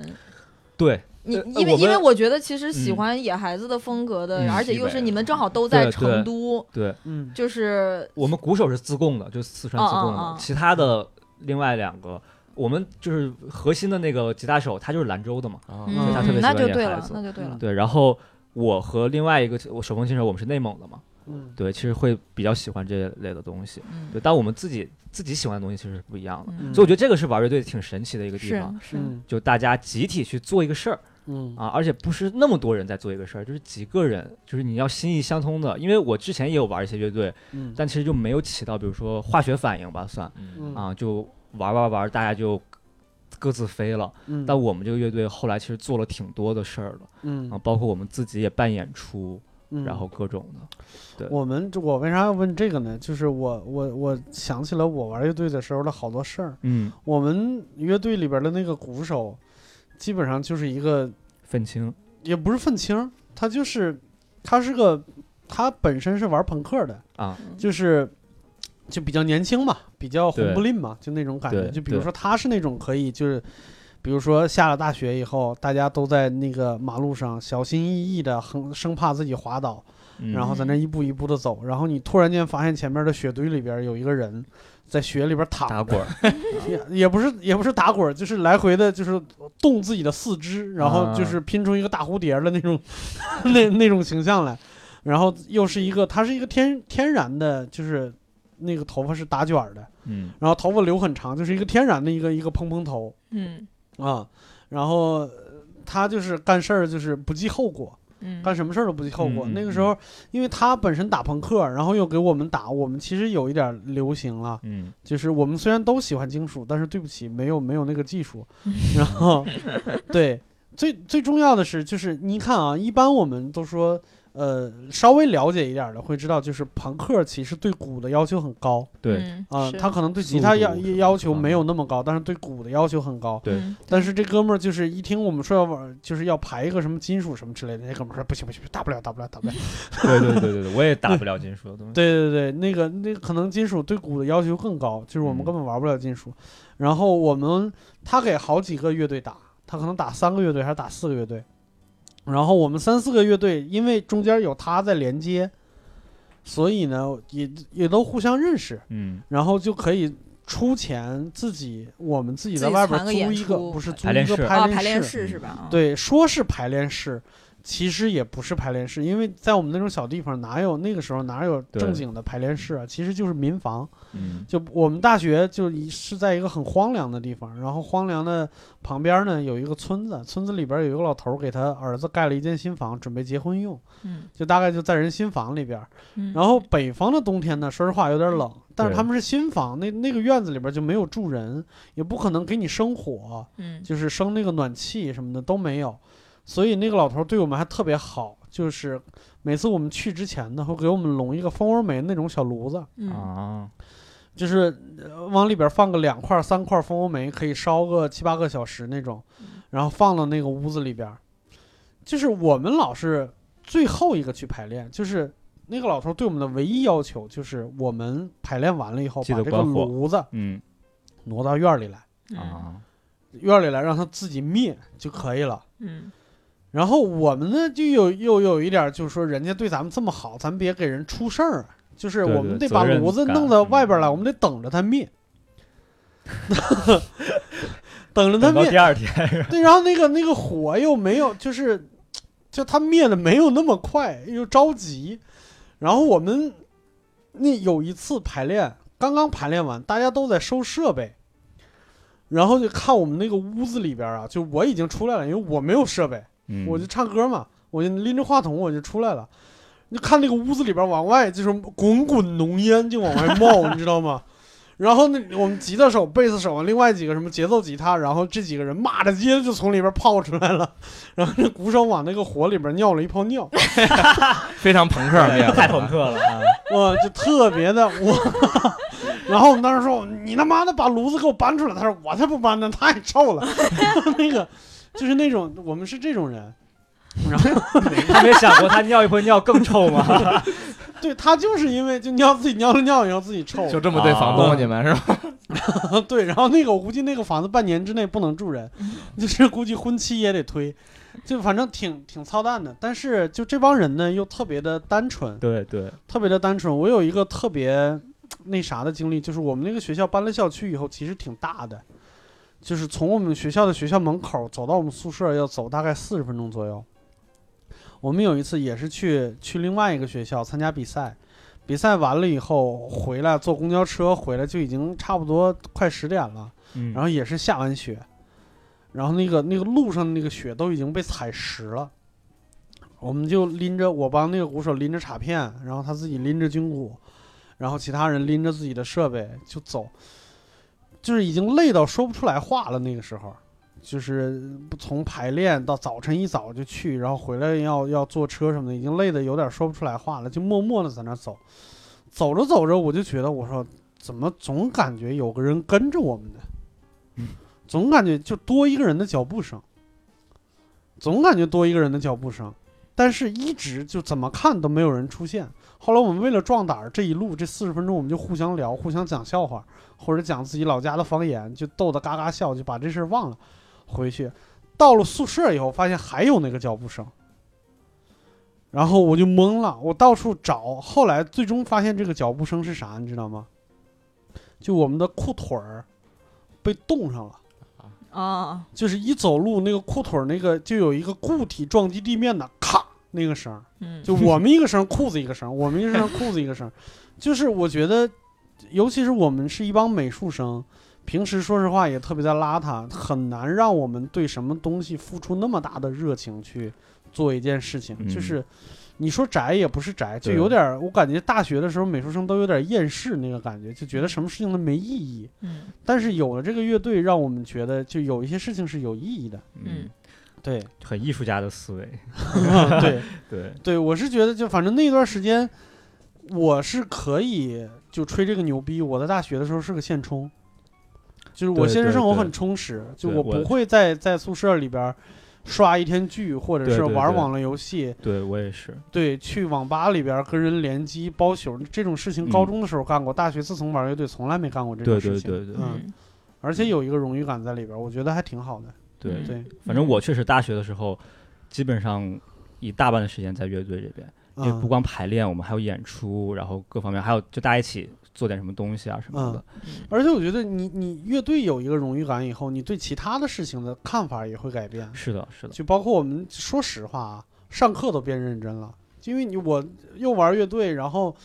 [SPEAKER 5] 对
[SPEAKER 3] 你
[SPEAKER 5] 呃
[SPEAKER 3] 因为
[SPEAKER 5] 我们
[SPEAKER 3] 因为我觉得其实喜
[SPEAKER 5] 嗯
[SPEAKER 3] 欢野孩子的风格的，
[SPEAKER 5] 嗯
[SPEAKER 3] 而且又
[SPEAKER 7] 西
[SPEAKER 3] 是
[SPEAKER 7] 北
[SPEAKER 3] 你们正好都在
[SPEAKER 5] 对
[SPEAKER 3] 成都，
[SPEAKER 5] 对，
[SPEAKER 1] 嗯，
[SPEAKER 3] 就是
[SPEAKER 5] 我们鼓手是自贡的，就四川自贡
[SPEAKER 3] 哦哦哦
[SPEAKER 5] 的，其他的另外两个。我们就是核心的那个吉他手，他就是兰州的嘛，
[SPEAKER 7] 啊
[SPEAKER 3] 嗯
[SPEAKER 1] 所以他特
[SPEAKER 5] 别喜欢
[SPEAKER 3] 那就
[SPEAKER 5] 野
[SPEAKER 3] 对
[SPEAKER 5] 孩
[SPEAKER 3] 了，
[SPEAKER 5] 子
[SPEAKER 3] 那就对
[SPEAKER 1] 嗯
[SPEAKER 3] 了。
[SPEAKER 5] 对。然后我和另外一个我手风琴手，我们是内蒙的嘛，
[SPEAKER 1] 嗯
[SPEAKER 5] 对，其实会比较喜欢这类的东西。
[SPEAKER 3] 嗯
[SPEAKER 5] 对，但我们自己自己喜欢的东西其实是不一样的，
[SPEAKER 3] 嗯
[SPEAKER 5] 所以我觉得这个是玩乐队挺神奇的一个地
[SPEAKER 3] 是
[SPEAKER 5] 方，
[SPEAKER 3] 是，
[SPEAKER 1] 嗯
[SPEAKER 5] 就大家集体去做一个事儿
[SPEAKER 1] 嗯
[SPEAKER 5] 啊，而且不是那么多人在做一个事儿，就是几个人，就是你要心意相通的。因为我之前也有玩一些乐队，
[SPEAKER 1] 嗯，
[SPEAKER 5] 但其实就没有起到比如说化学反应吧，算
[SPEAKER 7] 嗯
[SPEAKER 1] 嗯
[SPEAKER 5] 啊，就玩玩玩，大家就各自飞了。
[SPEAKER 1] 嗯
[SPEAKER 5] 但我们这个乐队后来其实做了挺多的事儿的啊，
[SPEAKER 1] 嗯，
[SPEAKER 5] 包括我们自己也办演出，
[SPEAKER 1] 嗯
[SPEAKER 5] 然后各种的。
[SPEAKER 1] 我们我为啥要问这个呢？就是我我我想起了我玩乐队的时候的好多事儿。
[SPEAKER 5] 嗯，
[SPEAKER 1] 我们乐队里边的那个鼓手，基本上就是一个，
[SPEAKER 5] 愤青，
[SPEAKER 1] 也不是愤青，他就是他是个，他本身是玩朋克的
[SPEAKER 5] 啊，
[SPEAKER 1] 就是就比较年轻嘛，比较
[SPEAKER 5] 对
[SPEAKER 1] 红不吝嘛，就那种感觉。
[SPEAKER 5] 对
[SPEAKER 1] 就比如
[SPEAKER 5] 对
[SPEAKER 1] 说他是那种可以就是。比如说下了大雪以后，大家都在那个马路上小心翼翼的，很生怕自己滑倒，
[SPEAKER 5] 嗯
[SPEAKER 1] 然后在那一步一步的走，然后你突然间发现前面的雪堆里边有一个人在雪里边躺着
[SPEAKER 5] 打滚儿，
[SPEAKER 1] 也也不是也不是打滚儿，就是来回的，就是动自己的四肢，然
[SPEAKER 5] 啊
[SPEAKER 1] 后就是拼出一个大蝴蝶儿的那种、 那那种形象来，然后又是一个，他是一个天天然的，就是那个头发是打卷儿的，
[SPEAKER 5] 嗯
[SPEAKER 1] 然后头发留很长，就是一个天然的一个一个蓬蓬头
[SPEAKER 3] 嗯
[SPEAKER 1] 啊，然后呃他就是干事儿就是不计后果，
[SPEAKER 3] 嗯，
[SPEAKER 1] 干什么事儿都不计后果。
[SPEAKER 5] 嗯嗯
[SPEAKER 1] 那个
[SPEAKER 5] 嗯
[SPEAKER 1] 时候，因为他本身打朋克，然后又给我们打，我们其实有一点儿流行了。
[SPEAKER 5] 嗯，
[SPEAKER 1] 就是我们虽然都喜欢金属，但是对不起，没有没有那个技术。然后，对，最最重要的是，就是你看啊，一般我们都说，呃，稍微了解一点儿的会知道，就是朋克其实对鼓的要求很高
[SPEAKER 5] 对，
[SPEAKER 3] 嗯
[SPEAKER 1] 啊、
[SPEAKER 3] 是
[SPEAKER 1] 他可能对吉
[SPEAKER 5] 速
[SPEAKER 1] 他
[SPEAKER 5] 度
[SPEAKER 1] 要
[SPEAKER 5] 什么
[SPEAKER 1] 要
[SPEAKER 5] 的
[SPEAKER 1] 求
[SPEAKER 5] 方
[SPEAKER 1] 没有
[SPEAKER 5] 面
[SPEAKER 1] 那么高，但是对鼓的要求很高。
[SPEAKER 5] 对
[SPEAKER 3] 嗯
[SPEAKER 1] 但是这哥们儿就是一听我们说要玩，就是要排一个什么金属什么之类的，那哥们儿说不行不行，打不了打不了打不了。
[SPEAKER 5] 对对对对对，我也打不了金属的东西。
[SPEAKER 1] 对对对，那个那可能金属对鼓的要求更高，就是我们
[SPEAKER 5] 嗯
[SPEAKER 1] 根本玩不了金属。然后我们他给好几个乐队打，他可能打三个乐队还是打四个乐队，然后我们三四个乐队因为中间有他在连接，所以呢也也都互相认识，
[SPEAKER 5] 嗯，
[SPEAKER 1] 然后就可以出钱自己我们自己
[SPEAKER 3] 自
[SPEAKER 1] 在
[SPEAKER 3] 己
[SPEAKER 1] 外边
[SPEAKER 3] 攒个
[SPEAKER 1] 租
[SPEAKER 3] 演
[SPEAKER 1] 一个
[SPEAKER 3] 出
[SPEAKER 1] 不是租
[SPEAKER 5] 排
[SPEAKER 1] 一
[SPEAKER 5] 练
[SPEAKER 1] 个
[SPEAKER 5] 室
[SPEAKER 3] 啊，
[SPEAKER 1] 排
[SPEAKER 3] 排练
[SPEAKER 1] 练
[SPEAKER 3] 室
[SPEAKER 5] 嗯
[SPEAKER 3] 是吧？啊，
[SPEAKER 1] 对，说是排练室，其实也不是排练室，因为在我们那种小地方，哪有那个时候哪有
[SPEAKER 5] 对
[SPEAKER 1] 正经的排练室啊？其实就是民房。
[SPEAKER 5] 嗯
[SPEAKER 1] 就我们大学就一是在一个很荒凉的地方，然后荒凉的旁边呢有一个村子，村子里边有一个老头儿给他儿子盖了一间新房，准备结婚用，
[SPEAKER 3] 嗯
[SPEAKER 1] 就大概就在人新房里边。
[SPEAKER 3] 嗯，
[SPEAKER 1] 然后北方的冬天呢，说实话有点冷，但是
[SPEAKER 5] 对
[SPEAKER 1] 他们是新房，那那个院子里边就没有住人，也不可能给你生火。
[SPEAKER 3] 嗯
[SPEAKER 1] 就是生那个暖气什么的都没有，所以那个老头对我们还特别好，就是每次我们去之前呢，会给我们拢一个蜂窝煤那种小炉子，
[SPEAKER 3] 嗯
[SPEAKER 5] 啊，
[SPEAKER 1] 就是呃往里边放个两块儿三块儿蜂窝煤，可以烧个七八个小时那种，然后放到那个屋子里边儿。就是我们老是最后一个去排练，就是那个老头对我们的唯一要求就是我们排练完了以后，
[SPEAKER 5] 记
[SPEAKER 1] 把
[SPEAKER 5] 得
[SPEAKER 1] 这个
[SPEAKER 5] 关火
[SPEAKER 1] 炉子
[SPEAKER 5] 嗯
[SPEAKER 1] 挪到院儿里来，
[SPEAKER 3] 嗯
[SPEAKER 5] 啊，
[SPEAKER 1] 院儿里来让它自己灭就可以了。
[SPEAKER 3] 嗯
[SPEAKER 1] 然后我们呢，就有又有一点儿，就是说人家对咱们这么好，咱别给人出事儿啊，就是
[SPEAKER 5] 对
[SPEAKER 1] 我们
[SPEAKER 5] 对
[SPEAKER 1] 得把
[SPEAKER 5] 责任
[SPEAKER 1] 炉子
[SPEAKER 5] 感
[SPEAKER 1] 弄到外边儿来，
[SPEAKER 5] 嗯
[SPEAKER 1] 我们得等着它灭， 等着它
[SPEAKER 5] 等到
[SPEAKER 1] 灭
[SPEAKER 5] 第。二天，
[SPEAKER 1] 对，然后那个那个火又没有，就是就它灭的没有那么快，又着急。然后我们那有一次排练，刚刚排练完，大家都在收设备，然后就看我们那个屋子里边儿啊，就我已经出来了，因为我没有设备。
[SPEAKER 5] 嗯
[SPEAKER 1] 我就唱歌嘛，我就拎着话筒我就出来了。你看那个屋子里边往外就是滚滚浓烟就往外冒，你 知道吗？然后那我们吉他手、贝斯手啊，另外几个什么节奏吉他，然后这几个人骂着街就从里边泡出来了，然后那鼓手往那个火里边尿了一泡尿，
[SPEAKER 7] 非常朋克的样子，
[SPEAKER 5] 太朋克了 啊！
[SPEAKER 1] 哇，就特别的我。 然后我们当时说：“你他妈的把炉子给我搬出来！”他说：“我才不搬呢，太臭了。” 那个就是那种我们是这种人，然后
[SPEAKER 5] 他没想过他尿一泡尿更臭吗？
[SPEAKER 1] 对他就是因为就尿自己尿了尿以后自己臭，
[SPEAKER 7] 就这么对房东啊
[SPEAKER 1] 啊
[SPEAKER 7] 你们是吧？
[SPEAKER 1] 对，然后那个我估计那个房子半年之内不能住人， 就是估计婚期也得推，就反正挺挺操蛋的。但是就这帮人呢，又特别的单纯，
[SPEAKER 5] 对对，
[SPEAKER 1] 特别的单纯。我有一个特别那啥的经历，就是我们那个学校搬了校区以后，其实挺大的，就是从我们学校的学校门口走到我们宿舍要走大概四十分钟左右。我们有一次也是去去另外一个学校参加比赛，比赛完了以后回来坐公交车回来就已经差不多快十点了，
[SPEAKER 5] 嗯
[SPEAKER 1] 然后也是下完雪，然后那个那个路上那个雪都已经被踩实了，我们就拎着我帮那个鼓手拎着镲片，然后他自己拎着军鼓，然后其他人拎着自己的设备就走，就是已经累到说不出来话了。那个时候，就是从排练到早晨一早就去，然后回来要要坐车什么的，已经累得有点说不出来话了，就默默的在那儿走。走着走着，我就觉得我说怎么总感觉有个人跟着我们呢？总感觉就多一个人的脚步声，总感觉多一个人的脚步声，但是一直就怎么看都没有人出现。后来我们为了壮胆儿，这一路这四十分钟我们就互相聊，互相讲笑话，或者讲自己老家的方言，就逗得嘎嘎笑，就把这事儿忘了。回去到了宿舍以后，发现还有那个脚步声，然后我就懵了，我到处找，后来最终发现这个脚步声是啥，你知道吗？就我们的裤腿儿被冻上了。
[SPEAKER 3] 啊，
[SPEAKER 1] 就是一走路那个裤腿儿那个就有一个固体撞击地面的咔那个声儿，
[SPEAKER 3] 嗯，
[SPEAKER 1] 就我们一个声儿裤子一个声儿，我们一个声儿裤子一个声儿，就是我觉得，尤其是我们是一帮美术生，平时说实话也特别的邋遢，很难让我们对什么东西付出那么大的热情去做一件事情，
[SPEAKER 5] 嗯
[SPEAKER 1] 就是。你说宅也不是宅，就
[SPEAKER 5] 对
[SPEAKER 1] 有点儿，我感觉大学的时候美术生都有点厌世那个感觉，就觉得什么事情都没意义。
[SPEAKER 3] 嗯
[SPEAKER 1] 但是有了这个乐队，让我们觉得就有一些事情是有意义的。
[SPEAKER 3] 嗯，
[SPEAKER 1] 对
[SPEAKER 5] 很艺术家的思维，
[SPEAKER 1] 对
[SPEAKER 5] 对，
[SPEAKER 1] 对，我是觉得就反正那段时间，我是可以就吹这个牛逼。我在大学的时候是个现充，就是我
[SPEAKER 5] 对
[SPEAKER 1] 现实
[SPEAKER 5] 对
[SPEAKER 1] 生活
[SPEAKER 5] 对
[SPEAKER 1] 很充实，就
[SPEAKER 5] 对
[SPEAKER 1] 我
[SPEAKER 5] 我
[SPEAKER 1] 不会在在宿舍里边儿刷一天剧，或者
[SPEAKER 5] 对
[SPEAKER 1] 是
[SPEAKER 5] 对
[SPEAKER 1] 玩
[SPEAKER 5] 对
[SPEAKER 1] 网络游戏，
[SPEAKER 5] 对我也是，
[SPEAKER 1] 对，去网吧里边儿跟人联机包宿这种事情，高
[SPEAKER 5] 嗯
[SPEAKER 1] 中的时候干过，大学自从玩乐队从来没干过这种
[SPEAKER 5] 对
[SPEAKER 1] 事
[SPEAKER 5] 对
[SPEAKER 1] 情。
[SPEAKER 5] 对对
[SPEAKER 1] 嗯，而且有一个荣誉感在里边儿，我觉得还挺好的。
[SPEAKER 5] 对，
[SPEAKER 1] 对，
[SPEAKER 5] 反正我确实大学的时候，基本上一大半的时间在乐队这边，因为
[SPEAKER 1] 嗯
[SPEAKER 5] 不光排练，我们还有演出，然后各方面还有就大家一起做点什么东西啊什么的，
[SPEAKER 3] 嗯
[SPEAKER 1] 而且我觉得你你乐队有一个荣誉感以后，你对其他的事情的看法也会改变，
[SPEAKER 5] 是的，是的，
[SPEAKER 1] 就包括我们说实话啊，上课都变认真了，因为你我又玩乐队，然后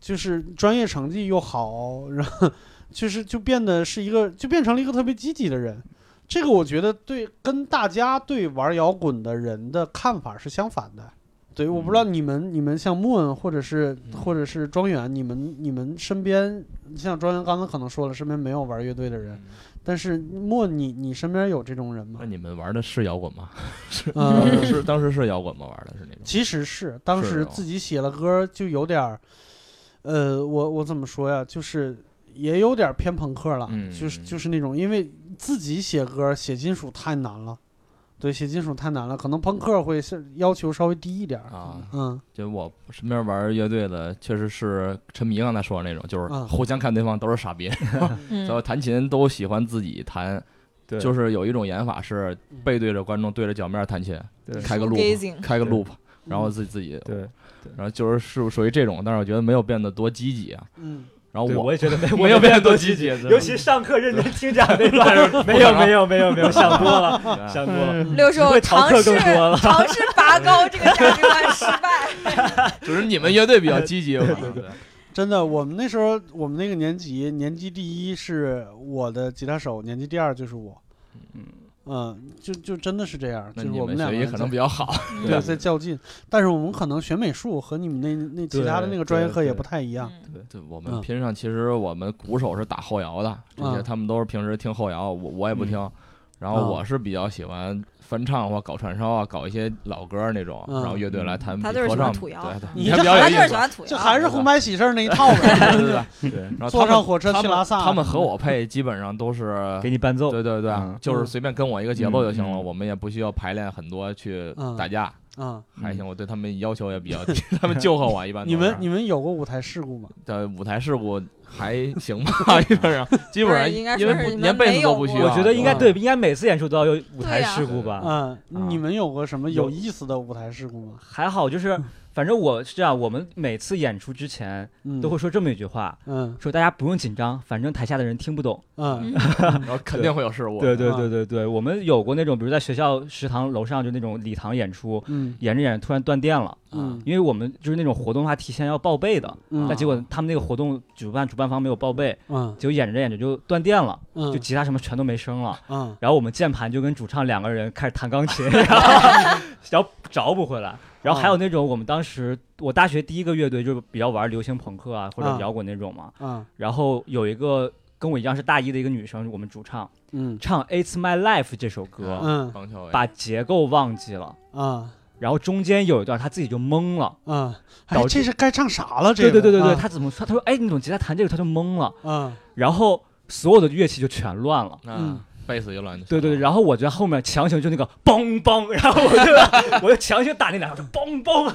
[SPEAKER 1] 就是专业成绩又好，然后就是就变得是一个就变成了一个特别积极的人。这个我觉得对跟大家对玩摇滚的人的看法是相反的。对，我不知道你们你们像莫恩或者是或者是庄园，你们你们身边像庄园刚才可能说了，身边没有玩乐队的人，但是莫恩你你身边有这种人吗
[SPEAKER 7] 那？你们玩的是摇滚吗？是
[SPEAKER 1] 嗯
[SPEAKER 7] 当时是当时是摇滚吗？玩的是那种
[SPEAKER 1] 其实是当
[SPEAKER 7] 是
[SPEAKER 1] 时
[SPEAKER 7] 哦
[SPEAKER 1] 自己写了歌，就有点儿，呃，我我怎么说呀？就是也有点儿偏朋克了，
[SPEAKER 7] 嗯
[SPEAKER 1] 就是就是那种，因为自己写歌写金属太难了，对，写金属太难了，可能朋克会是要求稍微低一点儿，
[SPEAKER 7] 啊。
[SPEAKER 1] 嗯，
[SPEAKER 7] 就我身边玩乐队的，确实是沉迷刚才说的那种，就是
[SPEAKER 1] 啊
[SPEAKER 7] 互相看对方都是傻逼，
[SPEAKER 3] 嗯
[SPEAKER 7] 然后弹琴都喜欢自己弹，
[SPEAKER 5] 对，
[SPEAKER 7] 就是是有一种演法是
[SPEAKER 1] 嗯
[SPEAKER 7] 背对着观众，对着脚面弹琴，
[SPEAKER 5] 对
[SPEAKER 7] 开个
[SPEAKER 3] Shoegazing
[SPEAKER 7] loop，开个
[SPEAKER 5] 对
[SPEAKER 7] loop，然后自己自己，
[SPEAKER 5] 对，
[SPEAKER 7] 然后就是是属于这种，但是我觉得没有变得多积极啊。
[SPEAKER 1] 嗯，
[SPEAKER 7] 然后
[SPEAKER 5] 对
[SPEAKER 7] 我
[SPEAKER 5] 也觉 得没有
[SPEAKER 7] 没有变得多积极，
[SPEAKER 5] 尤 其上课认真听讲那段， 没有没有没有 没有，想多了，嗯想多了。
[SPEAKER 3] 六兽
[SPEAKER 5] 会
[SPEAKER 3] 尝
[SPEAKER 5] 逃
[SPEAKER 3] 试
[SPEAKER 5] 课更多了
[SPEAKER 3] 尝试拔 高这个价值观失败。
[SPEAKER 7] 只是你们乐队比较积极。对对对，
[SPEAKER 1] 真的，我们那时候我们那个年级，年级第一是我的吉他手，年级第二就是我，
[SPEAKER 6] 嗯
[SPEAKER 1] 嗯，就就真的是这样，
[SPEAKER 7] 那
[SPEAKER 1] 就是
[SPEAKER 7] 你
[SPEAKER 1] 我
[SPEAKER 7] 们
[SPEAKER 1] 两
[SPEAKER 7] 学
[SPEAKER 1] 个
[SPEAKER 7] 习
[SPEAKER 1] 人
[SPEAKER 7] 可能
[SPEAKER 1] 在
[SPEAKER 7] 比较好
[SPEAKER 1] 对，在较劲。但是我们可能学美术和你们那那其他的那个专业课也不太
[SPEAKER 3] 嗯
[SPEAKER 1] 一样。
[SPEAKER 7] 对，对我们
[SPEAKER 1] 嗯
[SPEAKER 7] 拼上，其实我们鼓手是打后摇的，这些
[SPEAKER 1] 嗯
[SPEAKER 7] 他们都是平时听后摇，我我也不听。然后
[SPEAKER 1] 嗯
[SPEAKER 7] 我是比较喜欢翻唱或搞串烧啊，搞一些老歌儿那种，
[SPEAKER 1] 嗯
[SPEAKER 7] 然后乐队来弹比
[SPEAKER 3] 他
[SPEAKER 7] 合
[SPEAKER 3] 就是喜
[SPEAKER 7] 唱。
[SPEAKER 3] 欢土
[SPEAKER 7] 对
[SPEAKER 3] 窑
[SPEAKER 7] 对，
[SPEAKER 1] 你
[SPEAKER 7] 还
[SPEAKER 1] 这
[SPEAKER 7] 比较有
[SPEAKER 3] 他
[SPEAKER 7] 意
[SPEAKER 3] 就是喜
[SPEAKER 7] 思。
[SPEAKER 3] 欢土
[SPEAKER 1] 这
[SPEAKER 3] 窑，
[SPEAKER 1] 还是红白喜事儿那一套呗，对对
[SPEAKER 5] 对，
[SPEAKER 7] 然后
[SPEAKER 1] 坐
[SPEAKER 7] 他们
[SPEAKER 1] 上火车
[SPEAKER 7] 他
[SPEAKER 1] 去
[SPEAKER 7] 们
[SPEAKER 1] 拉萨
[SPEAKER 7] 他们和我配基本上都是
[SPEAKER 5] 给你伴奏，
[SPEAKER 7] 对对对，
[SPEAKER 5] 嗯
[SPEAKER 7] 就是随便跟我一个节奏就行了，
[SPEAKER 5] 嗯嗯
[SPEAKER 7] 我们也不需要排练很多去
[SPEAKER 1] 嗯
[SPEAKER 7] 打架，
[SPEAKER 1] 啊、
[SPEAKER 7] 还
[SPEAKER 5] 嗯
[SPEAKER 7] 行。我对他们要求也比较低， 他 们救和我
[SPEAKER 5] 啊
[SPEAKER 7] 一般都是。
[SPEAKER 1] 你们你们有过舞台事故吗？
[SPEAKER 7] 的舞台事故还行吧， 基本上基本上
[SPEAKER 3] 应该
[SPEAKER 7] 因为
[SPEAKER 3] 说是
[SPEAKER 7] 不
[SPEAKER 3] 你们
[SPEAKER 7] 连被
[SPEAKER 3] 没
[SPEAKER 7] 子
[SPEAKER 3] 有
[SPEAKER 7] 都不需
[SPEAKER 3] 过
[SPEAKER 7] 要，
[SPEAKER 5] 我觉得应该
[SPEAKER 1] 啊
[SPEAKER 5] 对，应该每次演出都要有舞台
[SPEAKER 3] 对呀
[SPEAKER 5] 事故吧。
[SPEAKER 1] 嗯，你
[SPEAKER 5] 啊
[SPEAKER 1] 们有过什么
[SPEAKER 5] 有
[SPEAKER 1] 有意思的舞台事故吗？
[SPEAKER 5] 还好就是，反正我是这样，我们每次演出之前
[SPEAKER 1] 嗯，
[SPEAKER 5] 都会说这么一句话，
[SPEAKER 1] 嗯
[SPEAKER 5] 说大家不用紧张，反正台下的人听不懂。
[SPEAKER 1] 嗯
[SPEAKER 7] 然 后肯定会有事故。
[SPEAKER 5] 对对
[SPEAKER 1] 啊
[SPEAKER 5] 对对对，我们有过那种，比如在学校食堂楼上就那种礼堂演出，
[SPEAKER 1] 嗯
[SPEAKER 5] 演着演着突然断电了，啊
[SPEAKER 1] 嗯
[SPEAKER 5] 因为我们就是那种活动的话提前要报备的，
[SPEAKER 1] 嗯
[SPEAKER 5] 但结果他们那个活动主办主办方没有报备，
[SPEAKER 1] 嗯
[SPEAKER 5] 结果演着演着就断电了，
[SPEAKER 1] 嗯
[SPEAKER 5] 就吉他什么全都没声了。
[SPEAKER 1] 嗯，
[SPEAKER 5] 然后我们键盘就跟主唱两个人开始弹钢琴，然后然后找不回来。然后还有那种我们当时我大学第一个乐队就是比较玩流行朋克啊或
[SPEAKER 1] 啊
[SPEAKER 5] 者摇滚那种嘛。
[SPEAKER 1] 嗯
[SPEAKER 5] 然后有一个跟我一样是大一的一个女生，我们主唱
[SPEAKER 1] 嗯
[SPEAKER 5] 唱《It's My Life》这首歌，
[SPEAKER 1] 嗯
[SPEAKER 7] 王乔伟，
[SPEAKER 5] 把结构忘记了，
[SPEAKER 1] 啊
[SPEAKER 5] 然后中间有一段她自己就懵了。
[SPEAKER 1] 嗯，哎
[SPEAKER 5] 导，致
[SPEAKER 1] 这是该唱啥了？这
[SPEAKER 5] 对
[SPEAKER 1] 个
[SPEAKER 5] 对对对对，
[SPEAKER 1] 啊
[SPEAKER 5] 她怎么说？她说哎，你怎么吉他弹这个？她就懵了，
[SPEAKER 1] 嗯
[SPEAKER 5] 然后所有的乐器就全乱了。
[SPEAKER 1] 嗯
[SPEAKER 7] 啊，贝斯就乱就行
[SPEAKER 5] 对
[SPEAKER 7] 了。
[SPEAKER 5] 对，对，然后我在后面强行就那个梆梆，然后我就我就强行打那两下，我说梆梆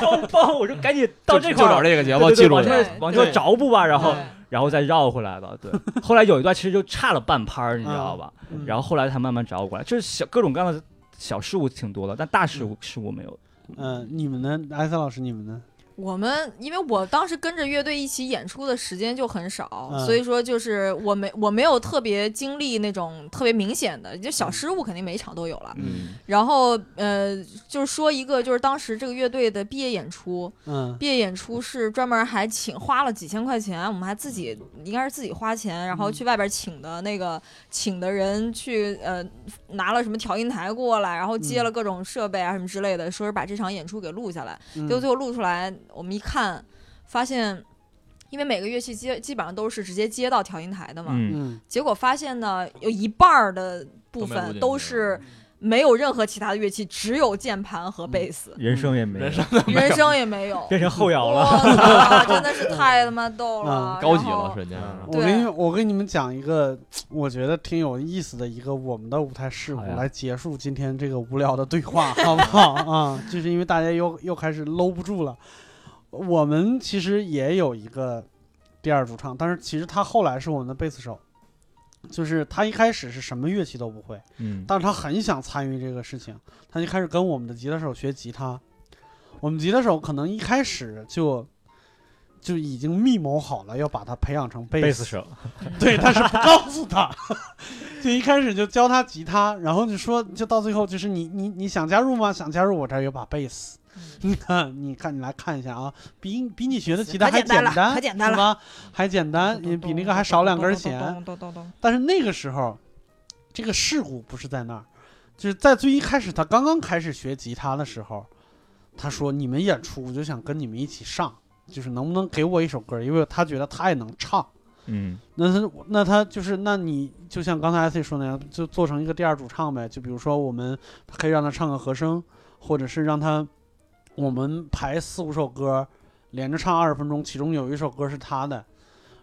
[SPEAKER 5] 梆梆，我说赶紧到这
[SPEAKER 7] 就
[SPEAKER 5] 块
[SPEAKER 7] 就找
[SPEAKER 5] 儿，
[SPEAKER 7] 这个节
[SPEAKER 5] 对
[SPEAKER 7] 目
[SPEAKER 5] 对对
[SPEAKER 7] 记住
[SPEAKER 5] 往
[SPEAKER 7] 你
[SPEAKER 5] 这
[SPEAKER 3] 对嗯
[SPEAKER 5] 往这块
[SPEAKER 1] 对
[SPEAKER 5] 着不吧，然后
[SPEAKER 3] 对
[SPEAKER 5] 然后再绕回来的。对，后来有一段其实就差了半拍儿，你知道吧？
[SPEAKER 1] 嗯
[SPEAKER 5] 然后后来才慢慢找我过来，就是小各种各样的小事物挺多的，但大事物事物没有。
[SPEAKER 1] 嗯，你们呢？艾森老师，你们呢？
[SPEAKER 3] 我们因为我当时跟着乐队一起演出的时间就很少，
[SPEAKER 1] 嗯
[SPEAKER 3] 所以说就是我没我没有特别经历那种特别明显的，就小失误肯定每一场都有了。
[SPEAKER 7] 嗯，
[SPEAKER 3] 然后呃，就是说一个就是当时这个乐队的毕业演出，
[SPEAKER 1] 嗯
[SPEAKER 3] 毕业演出是专门还请花了几千块钱，我们还自己应该是自己花钱，然后去外边请的那个请的人去呃拿了什么调音台过来，然后接了各种设备啊什么之类的，说是把这场演出给录下来。
[SPEAKER 1] 嗯
[SPEAKER 3] 结果最后录出来，我们一看，发现，因为每个乐器接基本上都是直接接到调音台的嘛，
[SPEAKER 5] 嗯，
[SPEAKER 1] 嗯
[SPEAKER 3] 结果发现呢，有一半儿的部
[SPEAKER 7] 都没录进
[SPEAKER 3] 分
[SPEAKER 7] 去
[SPEAKER 3] 都是
[SPEAKER 7] 嗯
[SPEAKER 3] 没有任何其他的乐器，只有键盘和贝斯，
[SPEAKER 5] 人生也没有，
[SPEAKER 3] 人声也没有。
[SPEAKER 5] 变成后摇
[SPEAKER 3] 我
[SPEAKER 5] 了。
[SPEAKER 3] 操，真的是太他妈逗
[SPEAKER 1] 嗯
[SPEAKER 3] 了，
[SPEAKER 7] 高级
[SPEAKER 3] 然后
[SPEAKER 7] 了，瞬间。
[SPEAKER 5] 嗯
[SPEAKER 1] 我跟你
[SPEAKER 3] 对
[SPEAKER 1] 我跟你们讲一个，我觉得挺有意思的一个我们的舞台事故，
[SPEAKER 5] 好呀
[SPEAKER 1] 来结束今天这个无聊的对话，好不好 啊、就是因为大家又又开始搂不住了。我们其实也有一个第二主唱，但是其实他后来是我们的贝斯手，就是他一开始是什么乐器都不会，
[SPEAKER 5] 嗯，
[SPEAKER 1] 但是他很想参与这个事情，他就开始跟我们的吉他手学吉他。我们吉他手可能一开始就就已经密谋好了要把他培养成
[SPEAKER 5] 贝斯手，
[SPEAKER 1] 对，但是不告诉他， 就一开始就教他吉他，然后就说，就到最后就是你你你想加入吗？想加入，我这儿有把贝斯，你看 你看你来看一下啊，比比你学的吉他
[SPEAKER 3] 嗯可
[SPEAKER 1] 还
[SPEAKER 3] 简单
[SPEAKER 1] 简
[SPEAKER 3] 了
[SPEAKER 1] 单，
[SPEAKER 3] 可简单
[SPEAKER 1] 是
[SPEAKER 3] 了
[SPEAKER 1] 吧？还简单，也啊比那个还少两根弦。。但是那个时候，这个事故不是在那儿，就是在最一开始他刚刚开始学吉他的时候，他说：“你们演出，我就想跟你们一起上，就是能不能给我一首歌？因为他觉得他也能唱。”
[SPEAKER 5] 嗯，
[SPEAKER 1] 那他那他就是，那你就像刚才 IC 说那样，就做成一个第二主唱呗。就比如说，我们可以让他唱个和声，或者是让他我们排四五首歌，连着唱二十分钟，其中有一首歌是他的，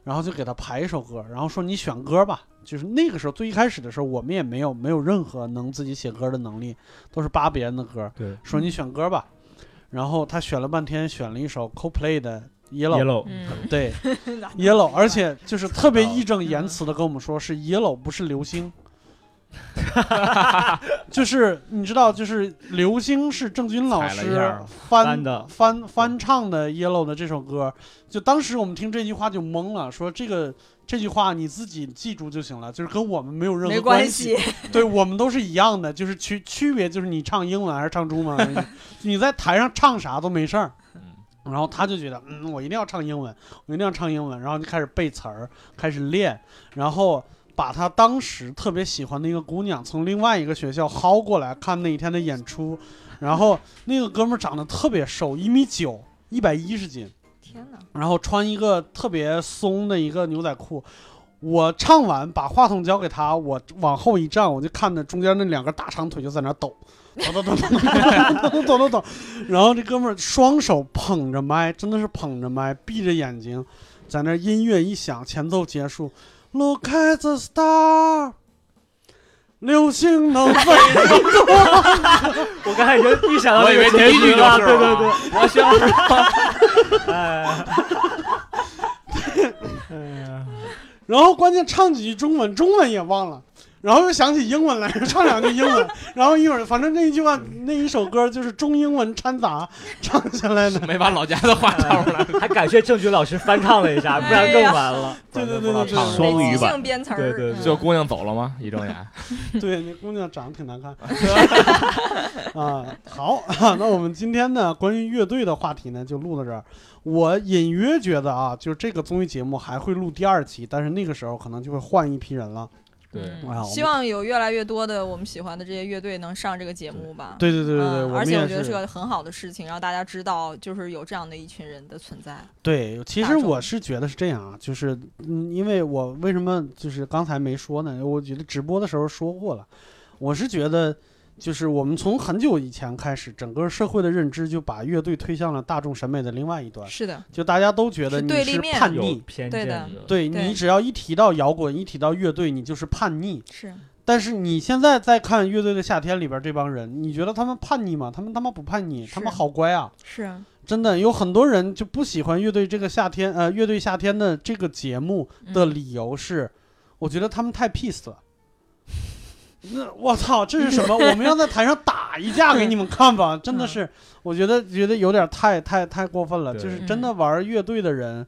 [SPEAKER 1] 然后就给他排一首歌，然后说你选歌吧。就是那个时候最一开始的时候，我们也没有没有任何能自己写歌的能力，都是扒别人的歌。
[SPEAKER 5] 对，
[SPEAKER 1] 说你选歌吧，然后他选了半天，选了一首 Coldplay 的
[SPEAKER 5] yellow，
[SPEAKER 3] 嗯
[SPEAKER 1] 对。yellow，而 且就是特别
[SPEAKER 7] 知道
[SPEAKER 1] 义正言辞的跟我们说是 yellow，不是流 星。就是你知道，就是流星是郑钧老
[SPEAKER 5] 踩了一
[SPEAKER 1] 师
[SPEAKER 5] 下
[SPEAKER 1] 翻
[SPEAKER 5] 翻的
[SPEAKER 1] 翻翻唱的 yellow 的这首歌，就当时我们听这句话就懵了，说这个这句话你自己记住就行了，就是跟我们没有任
[SPEAKER 3] 没
[SPEAKER 1] 何
[SPEAKER 3] 关
[SPEAKER 1] 系。 对我们都是一样的，就是区区别就是你唱英文还是唱中文而已。你在台上唱啥都没事儿。然后他就觉得，嗯，我一定要唱英文，我一定要唱英文，然后就开始背词儿，开始练，然后把他当时特别喜欢的一个姑娘从另外一个学校薅过来看那一天的演出，然后那个哥们儿长得特别瘦，一米九，一百一十斤，
[SPEAKER 3] 天哪！
[SPEAKER 1] 然后穿一个特别松的一个牛仔裤。我唱完把话筒交给他，我往后一站，我就看着中间那两个大长腿就在那抖， 抖抖抖抖抖抖抖抖抖，然后这哥们儿双手捧着麦，真的是捧着麦，闭着眼睛，在那音乐一响，前奏结束，Look at the star，流星能飞得多。
[SPEAKER 5] 我刚才已经预想到
[SPEAKER 1] 我
[SPEAKER 5] 这
[SPEAKER 1] 以为
[SPEAKER 5] 个啊结
[SPEAKER 1] 结局
[SPEAKER 5] 局
[SPEAKER 1] 了
[SPEAKER 5] 了，
[SPEAKER 1] 是
[SPEAKER 5] 对对
[SPEAKER 1] 吧
[SPEAKER 5] 对，
[SPEAKER 1] 我想 然后关键唱几句中文，中文也忘了，然后又想起英文来，唱两句英 文，然后一会儿反正那一句话那一首歌就是中英文掺杂唱下来 的，
[SPEAKER 7] 没把老家的话唱出来，
[SPEAKER 5] 还感谢郑钧老师翻唱了一下，不然更完了。
[SPEAKER 1] 对对对对对，
[SPEAKER 7] 双语版
[SPEAKER 3] 编词儿，嗯
[SPEAKER 5] 对对对
[SPEAKER 7] 就姑娘走了吗？一睁眼，
[SPEAKER 1] 对，那姑娘长得挺难 看。啊，好， 那我们今天呢，关于乐队的话题呢，就录到这儿。我隐约觉得啊，就是这个综艺节目还会录第二期，但是那个时候可能就会换一批人了。
[SPEAKER 7] 对
[SPEAKER 1] 啊，我们
[SPEAKER 3] 希望有越来越多的我们喜欢的这些乐队能上这个节目吧。
[SPEAKER 1] 对对对对对
[SPEAKER 3] 嗯
[SPEAKER 1] 我们
[SPEAKER 3] 而且我
[SPEAKER 1] 也
[SPEAKER 3] 觉得是
[SPEAKER 1] 是
[SPEAKER 3] 个很好的事情，让大家知道就是有这样的一群人的存在。
[SPEAKER 1] 对，其
[SPEAKER 3] 大
[SPEAKER 1] 实
[SPEAKER 3] 众
[SPEAKER 1] 我是觉得是这样啊，就是嗯，因为我为什么就是刚才没说呢？我觉得直播的时候说过了，我是觉得就是我们从很久以前开始，整个社会的认知就把乐队推向了大众审美的另外一端，
[SPEAKER 3] 是的，
[SPEAKER 1] 就大家都觉得
[SPEAKER 3] 是
[SPEAKER 1] 你
[SPEAKER 3] 对立
[SPEAKER 1] 是
[SPEAKER 3] 面
[SPEAKER 1] 叛
[SPEAKER 5] 有
[SPEAKER 1] 逆，
[SPEAKER 5] 偏
[SPEAKER 3] 对
[SPEAKER 5] 见
[SPEAKER 3] 的
[SPEAKER 1] 对
[SPEAKER 3] 对
[SPEAKER 1] 你只要一提到摇滚，一提到乐队，你就是叛逆。
[SPEAKER 3] 是
[SPEAKER 1] 但是你现在再看《乐队的夏天》里边这帮人，你觉得他们叛逆吗？他们他妈不叛逆，他们
[SPEAKER 3] 是
[SPEAKER 1] 好乖啊！
[SPEAKER 3] 是啊，
[SPEAKER 1] 真的有很多人就不喜欢乐队这个夏天，呃，乐队夏天的这个节目的
[SPEAKER 3] 嗯
[SPEAKER 1] 理由是，我觉得他们太 peace 了。那我操，这是什么？我们要在台上打一架给你们看吧！真的是，我觉得觉得有点太太太过分了。
[SPEAKER 5] 对
[SPEAKER 1] 就是真的玩乐队的人，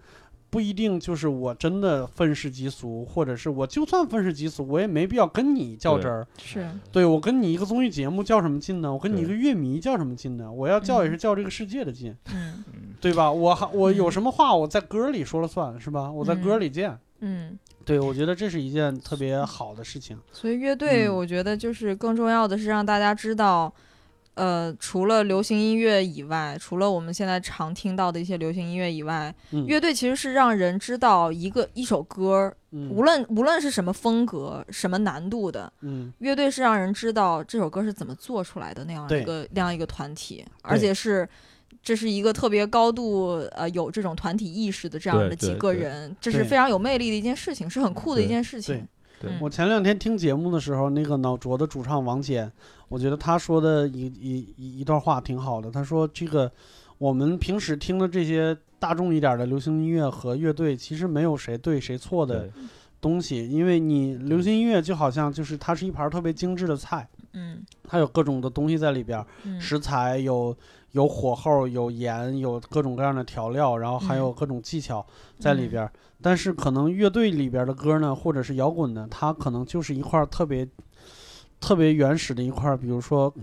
[SPEAKER 1] 不一定就是我真的愤世嫉俗，或者是我就算愤世嫉俗，我也没必要跟你较真儿。
[SPEAKER 3] 是
[SPEAKER 1] 对我跟你一个综艺节目较什么劲呢？我跟你一个
[SPEAKER 5] 对
[SPEAKER 1] 乐迷较什么劲呢？我要较也是较这个世界的劲，
[SPEAKER 3] 嗯
[SPEAKER 1] 对吧？我还我有什么话我在歌里说了算，是吧？我在歌里见。
[SPEAKER 3] 嗯，
[SPEAKER 1] 对，我觉得这是一件特别好的事情。
[SPEAKER 3] 所以乐队
[SPEAKER 1] 嗯
[SPEAKER 3] 我觉得就是更重要的是让大家知道。呃，除了流行音乐以外，除了我们现在常听到的一些流行音乐以外，
[SPEAKER 1] 嗯，
[SPEAKER 3] 乐队其实是让人知道一个一首歌，无
[SPEAKER 1] 嗯
[SPEAKER 3] 论无论是什么风格、什么难度的，
[SPEAKER 1] 嗯，
[SPEAKER 3] 乐队是让人知道这首歌是怎么做出来的那样
[SPEAKER 1] 对
[SPEAKER 3] 一个那样一个团体，而且是这是一个特别高度呃有这种团体意识的这样
[SPEAKER 5] 对
[SPEAKER 3] 的
[SPEAKER 5] 对
[SPEAKER 3] 几个
[SPEAKER 5] 对
[SPEAKER 3] 人，这是
[SPEAKER 1] 对
[SPEAKER 3] 非常有魅力的一件事情，是很酷的一
[SPEAKER 5] 对
[SPEAKER 3] 件事情。
[SPEAKER 5] 对
[SPEAKER 3] 嗯
[SPEAKER 1] 我前两天听节目的时候，那个脑浊的主唱王坚，我觉得他说的一一一一段话挺好的。他说这个我们平时听的这些大众一点的流行音乐和乐队，其实没有谁对谁错的
[SPEAKER 5] 对
[SPEAKER 1] 东西，因为你流行音乐就好像就是它是一盘特别精致的菜，
[SPEAKER 3] 嗯
[SPEAKER 1] 它有各种的东西在里边儿，
[SPEAKER 3] 嗯，
[SPEAKER 1] 食材有有火候、有盐、有各种各样的调料，然后还有
[SPEAKER 3] 嗯
[SPEAKER 1] 各种技巧在里边儿。但是可能乐队里边儿的歌呢，或者是摇滚呢，它可能就是一块儿特别特别原始的一块儿，比如说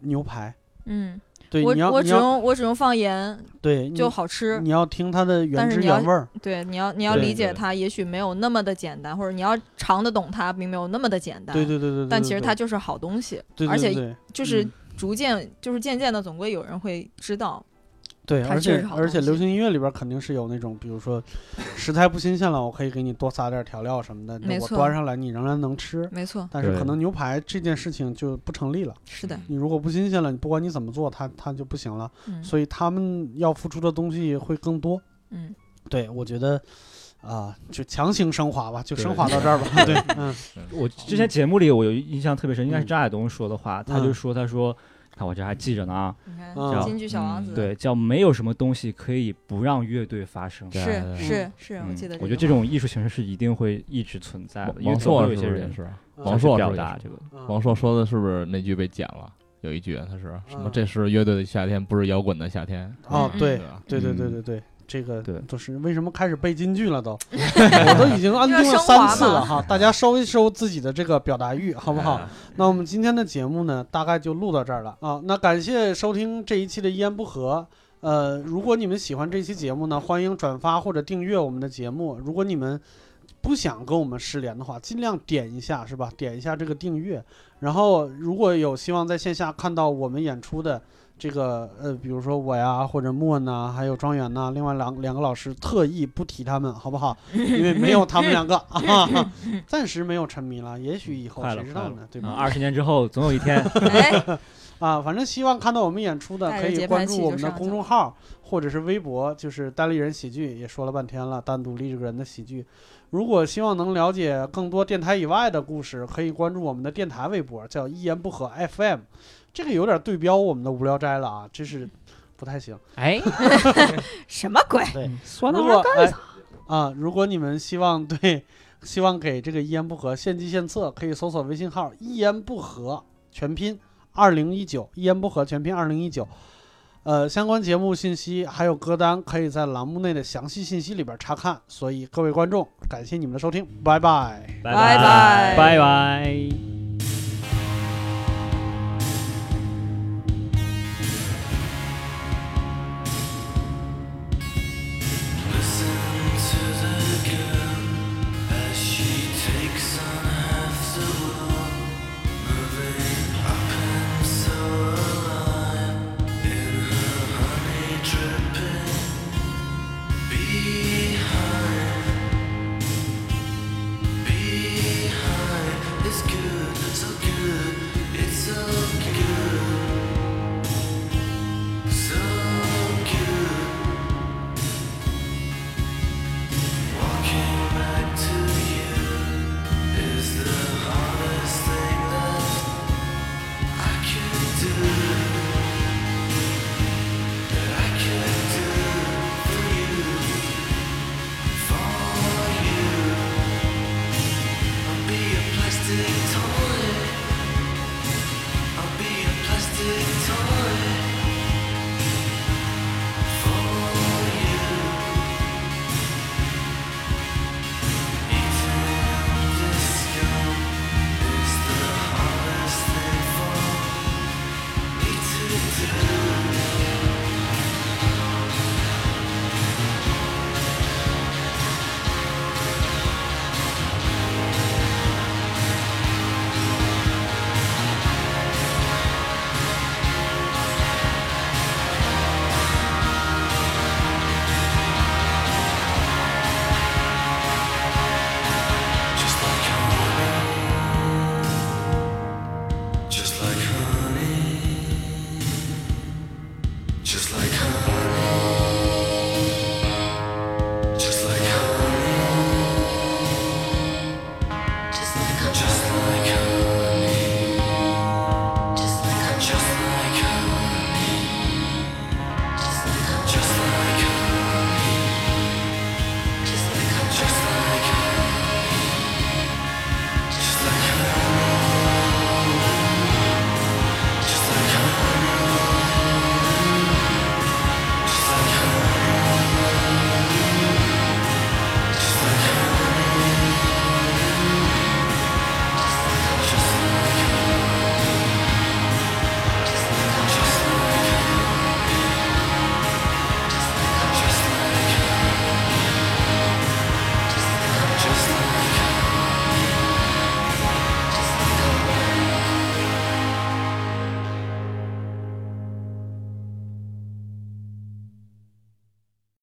[SPEAKER 1] 牛排，
[SPEAKER 3] 嗯，
[SPEAKER 1] 对，
[SPEAKER 3] 我
[SPEAKER 1] 你要
[SPEAKER 3] 我
[SPEAKER 1] 你
[SPEAKER 3] 只
[SPEAKER 1] 要嗯
[SPEAKER 3] 用我只用放盐
[SPEAKER 1] 对你
[SPEAKER 3] 就好吃。
[SPEAKER 1] 你要听它的原
[SPEAKER 3] 但是
[SPEAKER 1] 汁
[SPEAKER 3] 你要
[SPEAKER 1] 原味儿，
[SPEAKER 3] 对，你要你要
[SPEAKER 1] 对
[SPEAKER 3] 理解
[SPEAKER 5] 对
[SPEAKER 3] 它，也许没有那么的简单，或者你要尝得懂它，并没有那么的简单。
[SPEAKER 1] 对对对对对。
[SPEAKER 3] 但其实它
[SPEAKER 1] 它
[SPEAKER 3] 就是好东西，
[SPEAKER 1] 对对
[SPEAKER 3] 而且
[SPEAKER 1] 对对
[SPEAKER 3] 就是
[SPEAKER 1] 嗯
[SPEAKER 3] 逐渐，就是渐渐的，总归有人会知道。
[SPEAKER 1] 对，
[SPEAKER 3] 它
[SPEAKER 1] 而
[SPEAKER 3] 确实
[SPEAKER 1] 且
[SPEAKER 3] 好
[SPEAKER 1] 而
[SPEAKER 3] 东
[SPEAKER 1] 且
[SPEAKER 3] 西
[SPEAKER 1] 流行音乐里边儿肯定是有那种，比如说食材不新鲜了，我可以给你多撒点儿调料什么的，那
[SPEAKER 3] 没
[SPEAKER 1] 我
[SPEAKER 3] 错
[SPEAKER 1] 端上来你仍然能吃。
[SPEAKER 3] 没错，
[SPEAKER 1] 但是可
[SPEAKER 5] 对
[SPEAKER 1] 能牛排这件事情就不成立了，
[SPEAKER 3] 是的，
[SPEAKER 1] 你如果不新鲜了，你不管你怎么做，它它就不行了。
[SPEAKER 3] 嗯
[SPEAKER 1] 所以他们要付出的东西会更多。
[SPEAKER 3] 嗯，
[SPEAKER 1] 对，我觉得啊、就强行升华吧，就
[SPEAKER 5] 对
[SPEAKER 1] 升华到这儿 吧。对，嗯
[SPEAKER 5] 我之前节目里我有印象特别深，
[SPEAKER 7] 嗯
[SPEAKER 5] 应该是张亚东说的话，他就说他说，看我这还记着呢啊，
[SPEAKER 3] 你看
[SPEAKER 1] 嗯
[SPEAKER 3] 京剧小王子，
[SPEAKER 5] 对，叫没有什么东西可以不让乐队发生。
[SPEAKER 7] 啊
[SPEAKER 3] 是是
[SPEAKER 1] 嗯
[SPEAKER 3] 是，我记得
[SPEAKER 5] 我觉得这种艺术形式是一定会一直存在的，因为
[SPEAKER 7] 哎王
[SPEAKER 5] 总
[SPEAKER 7] 朔
[SPEAKER 5] 会
[SPEAKER 7] 是
[SPEAKER 5] 有一些
[SPEAKER 7] 不是也
[SPEAKER 5] 人
[SPEAKER 7] 是啊？
[SPEAKER 1] 嗯
[SPEAKER 7] 王朔是
[SPEAKER 5] 表
[SPEAKER 7] 不是也
[SPEAKER 5] 达
[SPEAKER 7] 是
[SPEAKER 5] 这个。
[SPEAKER 1] 嗯
[SPEAKER 7] 王朔说的是不是那句被剪了？有一句他是什么？
[SPEAKER 1] 嗯
[SPEAKER 7] 这是乐队的夏天，不是摇滚的夏天。
[SPEAKER 1] 哦，
[SPEAKER 3] 嗯
[SPEAKER 1] 对
[SPEAKER 7] 对吧，
[SPEAKER 1] 对对对
[SPEAKER 5] 嗯
[SPEAKER 1] 对对，这个
[SPEAKER 5] 对
[SPEAKER 1] 都是为什么开始背金句了 都？我都已经安定了三次了哈，大家收一收自己的这个表达欲，好不好？那我们今天的节目呢，大概就录到这儿了啊。那感谢收听这一期的一言不合。呃，如果你们喜欢这期节目呢，欢迎转发或者订阅我们的节目。如果你们不想跟我们失联的话，尽量点一下，是吧？点一下这个订阅。然后，如果有希望在线下看到我们演出的这个，呃，比如说我呀，或者莫呐，还有庄园呐，另外两两个老师特意不提他们，好不好？因为没有他们两个 啊，暂时没有沉迷了，也许以后
[SPEAKER 5] 快了
[SPEAKER 1] 谁知道
[SPEAKER 5] 快
[SPEAKER 1] 呢
[SPEAKER 5] 了，
[SPEAKER 1] 对吧？
[SPEAKER 5] 啊20年之后总有一天
[SPEAKER 3] 哎
[SPEAKER 1] 啊，反正希望看到我们演出的
[SPEAKER 3] 带着
[SPEAKER 1] 可以
[SPEAKER 3] 节
[SPEAKER 1] 关
[SPEAKER 3] 拍器
[SPEAKER 1] 注
[SPEAKER 3] 就
[SPEAKER 1] 我们的
[SPEAKER 3] 上
[SPEAKER 1] 公
[SPEAKER 3] 去
[SPEAKER 1] 众号或者是微博，就是单立人喜剧，也说了半天了，单独立这个人的喜剧。如果希望能了解更多电台以外的故事，可以关注我们的电台微博，叫一言不合 FM。这个有点对标我们的无聊斋了啊，真是不太行。
[SPEAKER 6] 哎
[SPEAKER 3] 什么鬼？
[SPEAKER 1] 对，
[SPEAKER 6] 说
[SPEAKER 1] 如果哎啊，如果你们希望对， 希望给这个一言不合献计献策，可以搜索微信号“一言不合”全拼二零一九，一言不合全拼二零一九。呃，相关节目信息还有歌单，可以在栏目内的详细信息里边查看。所以各位观众，感谢你们的收听，拜拜。
[SPEAKER 6] 拜拜拜拜。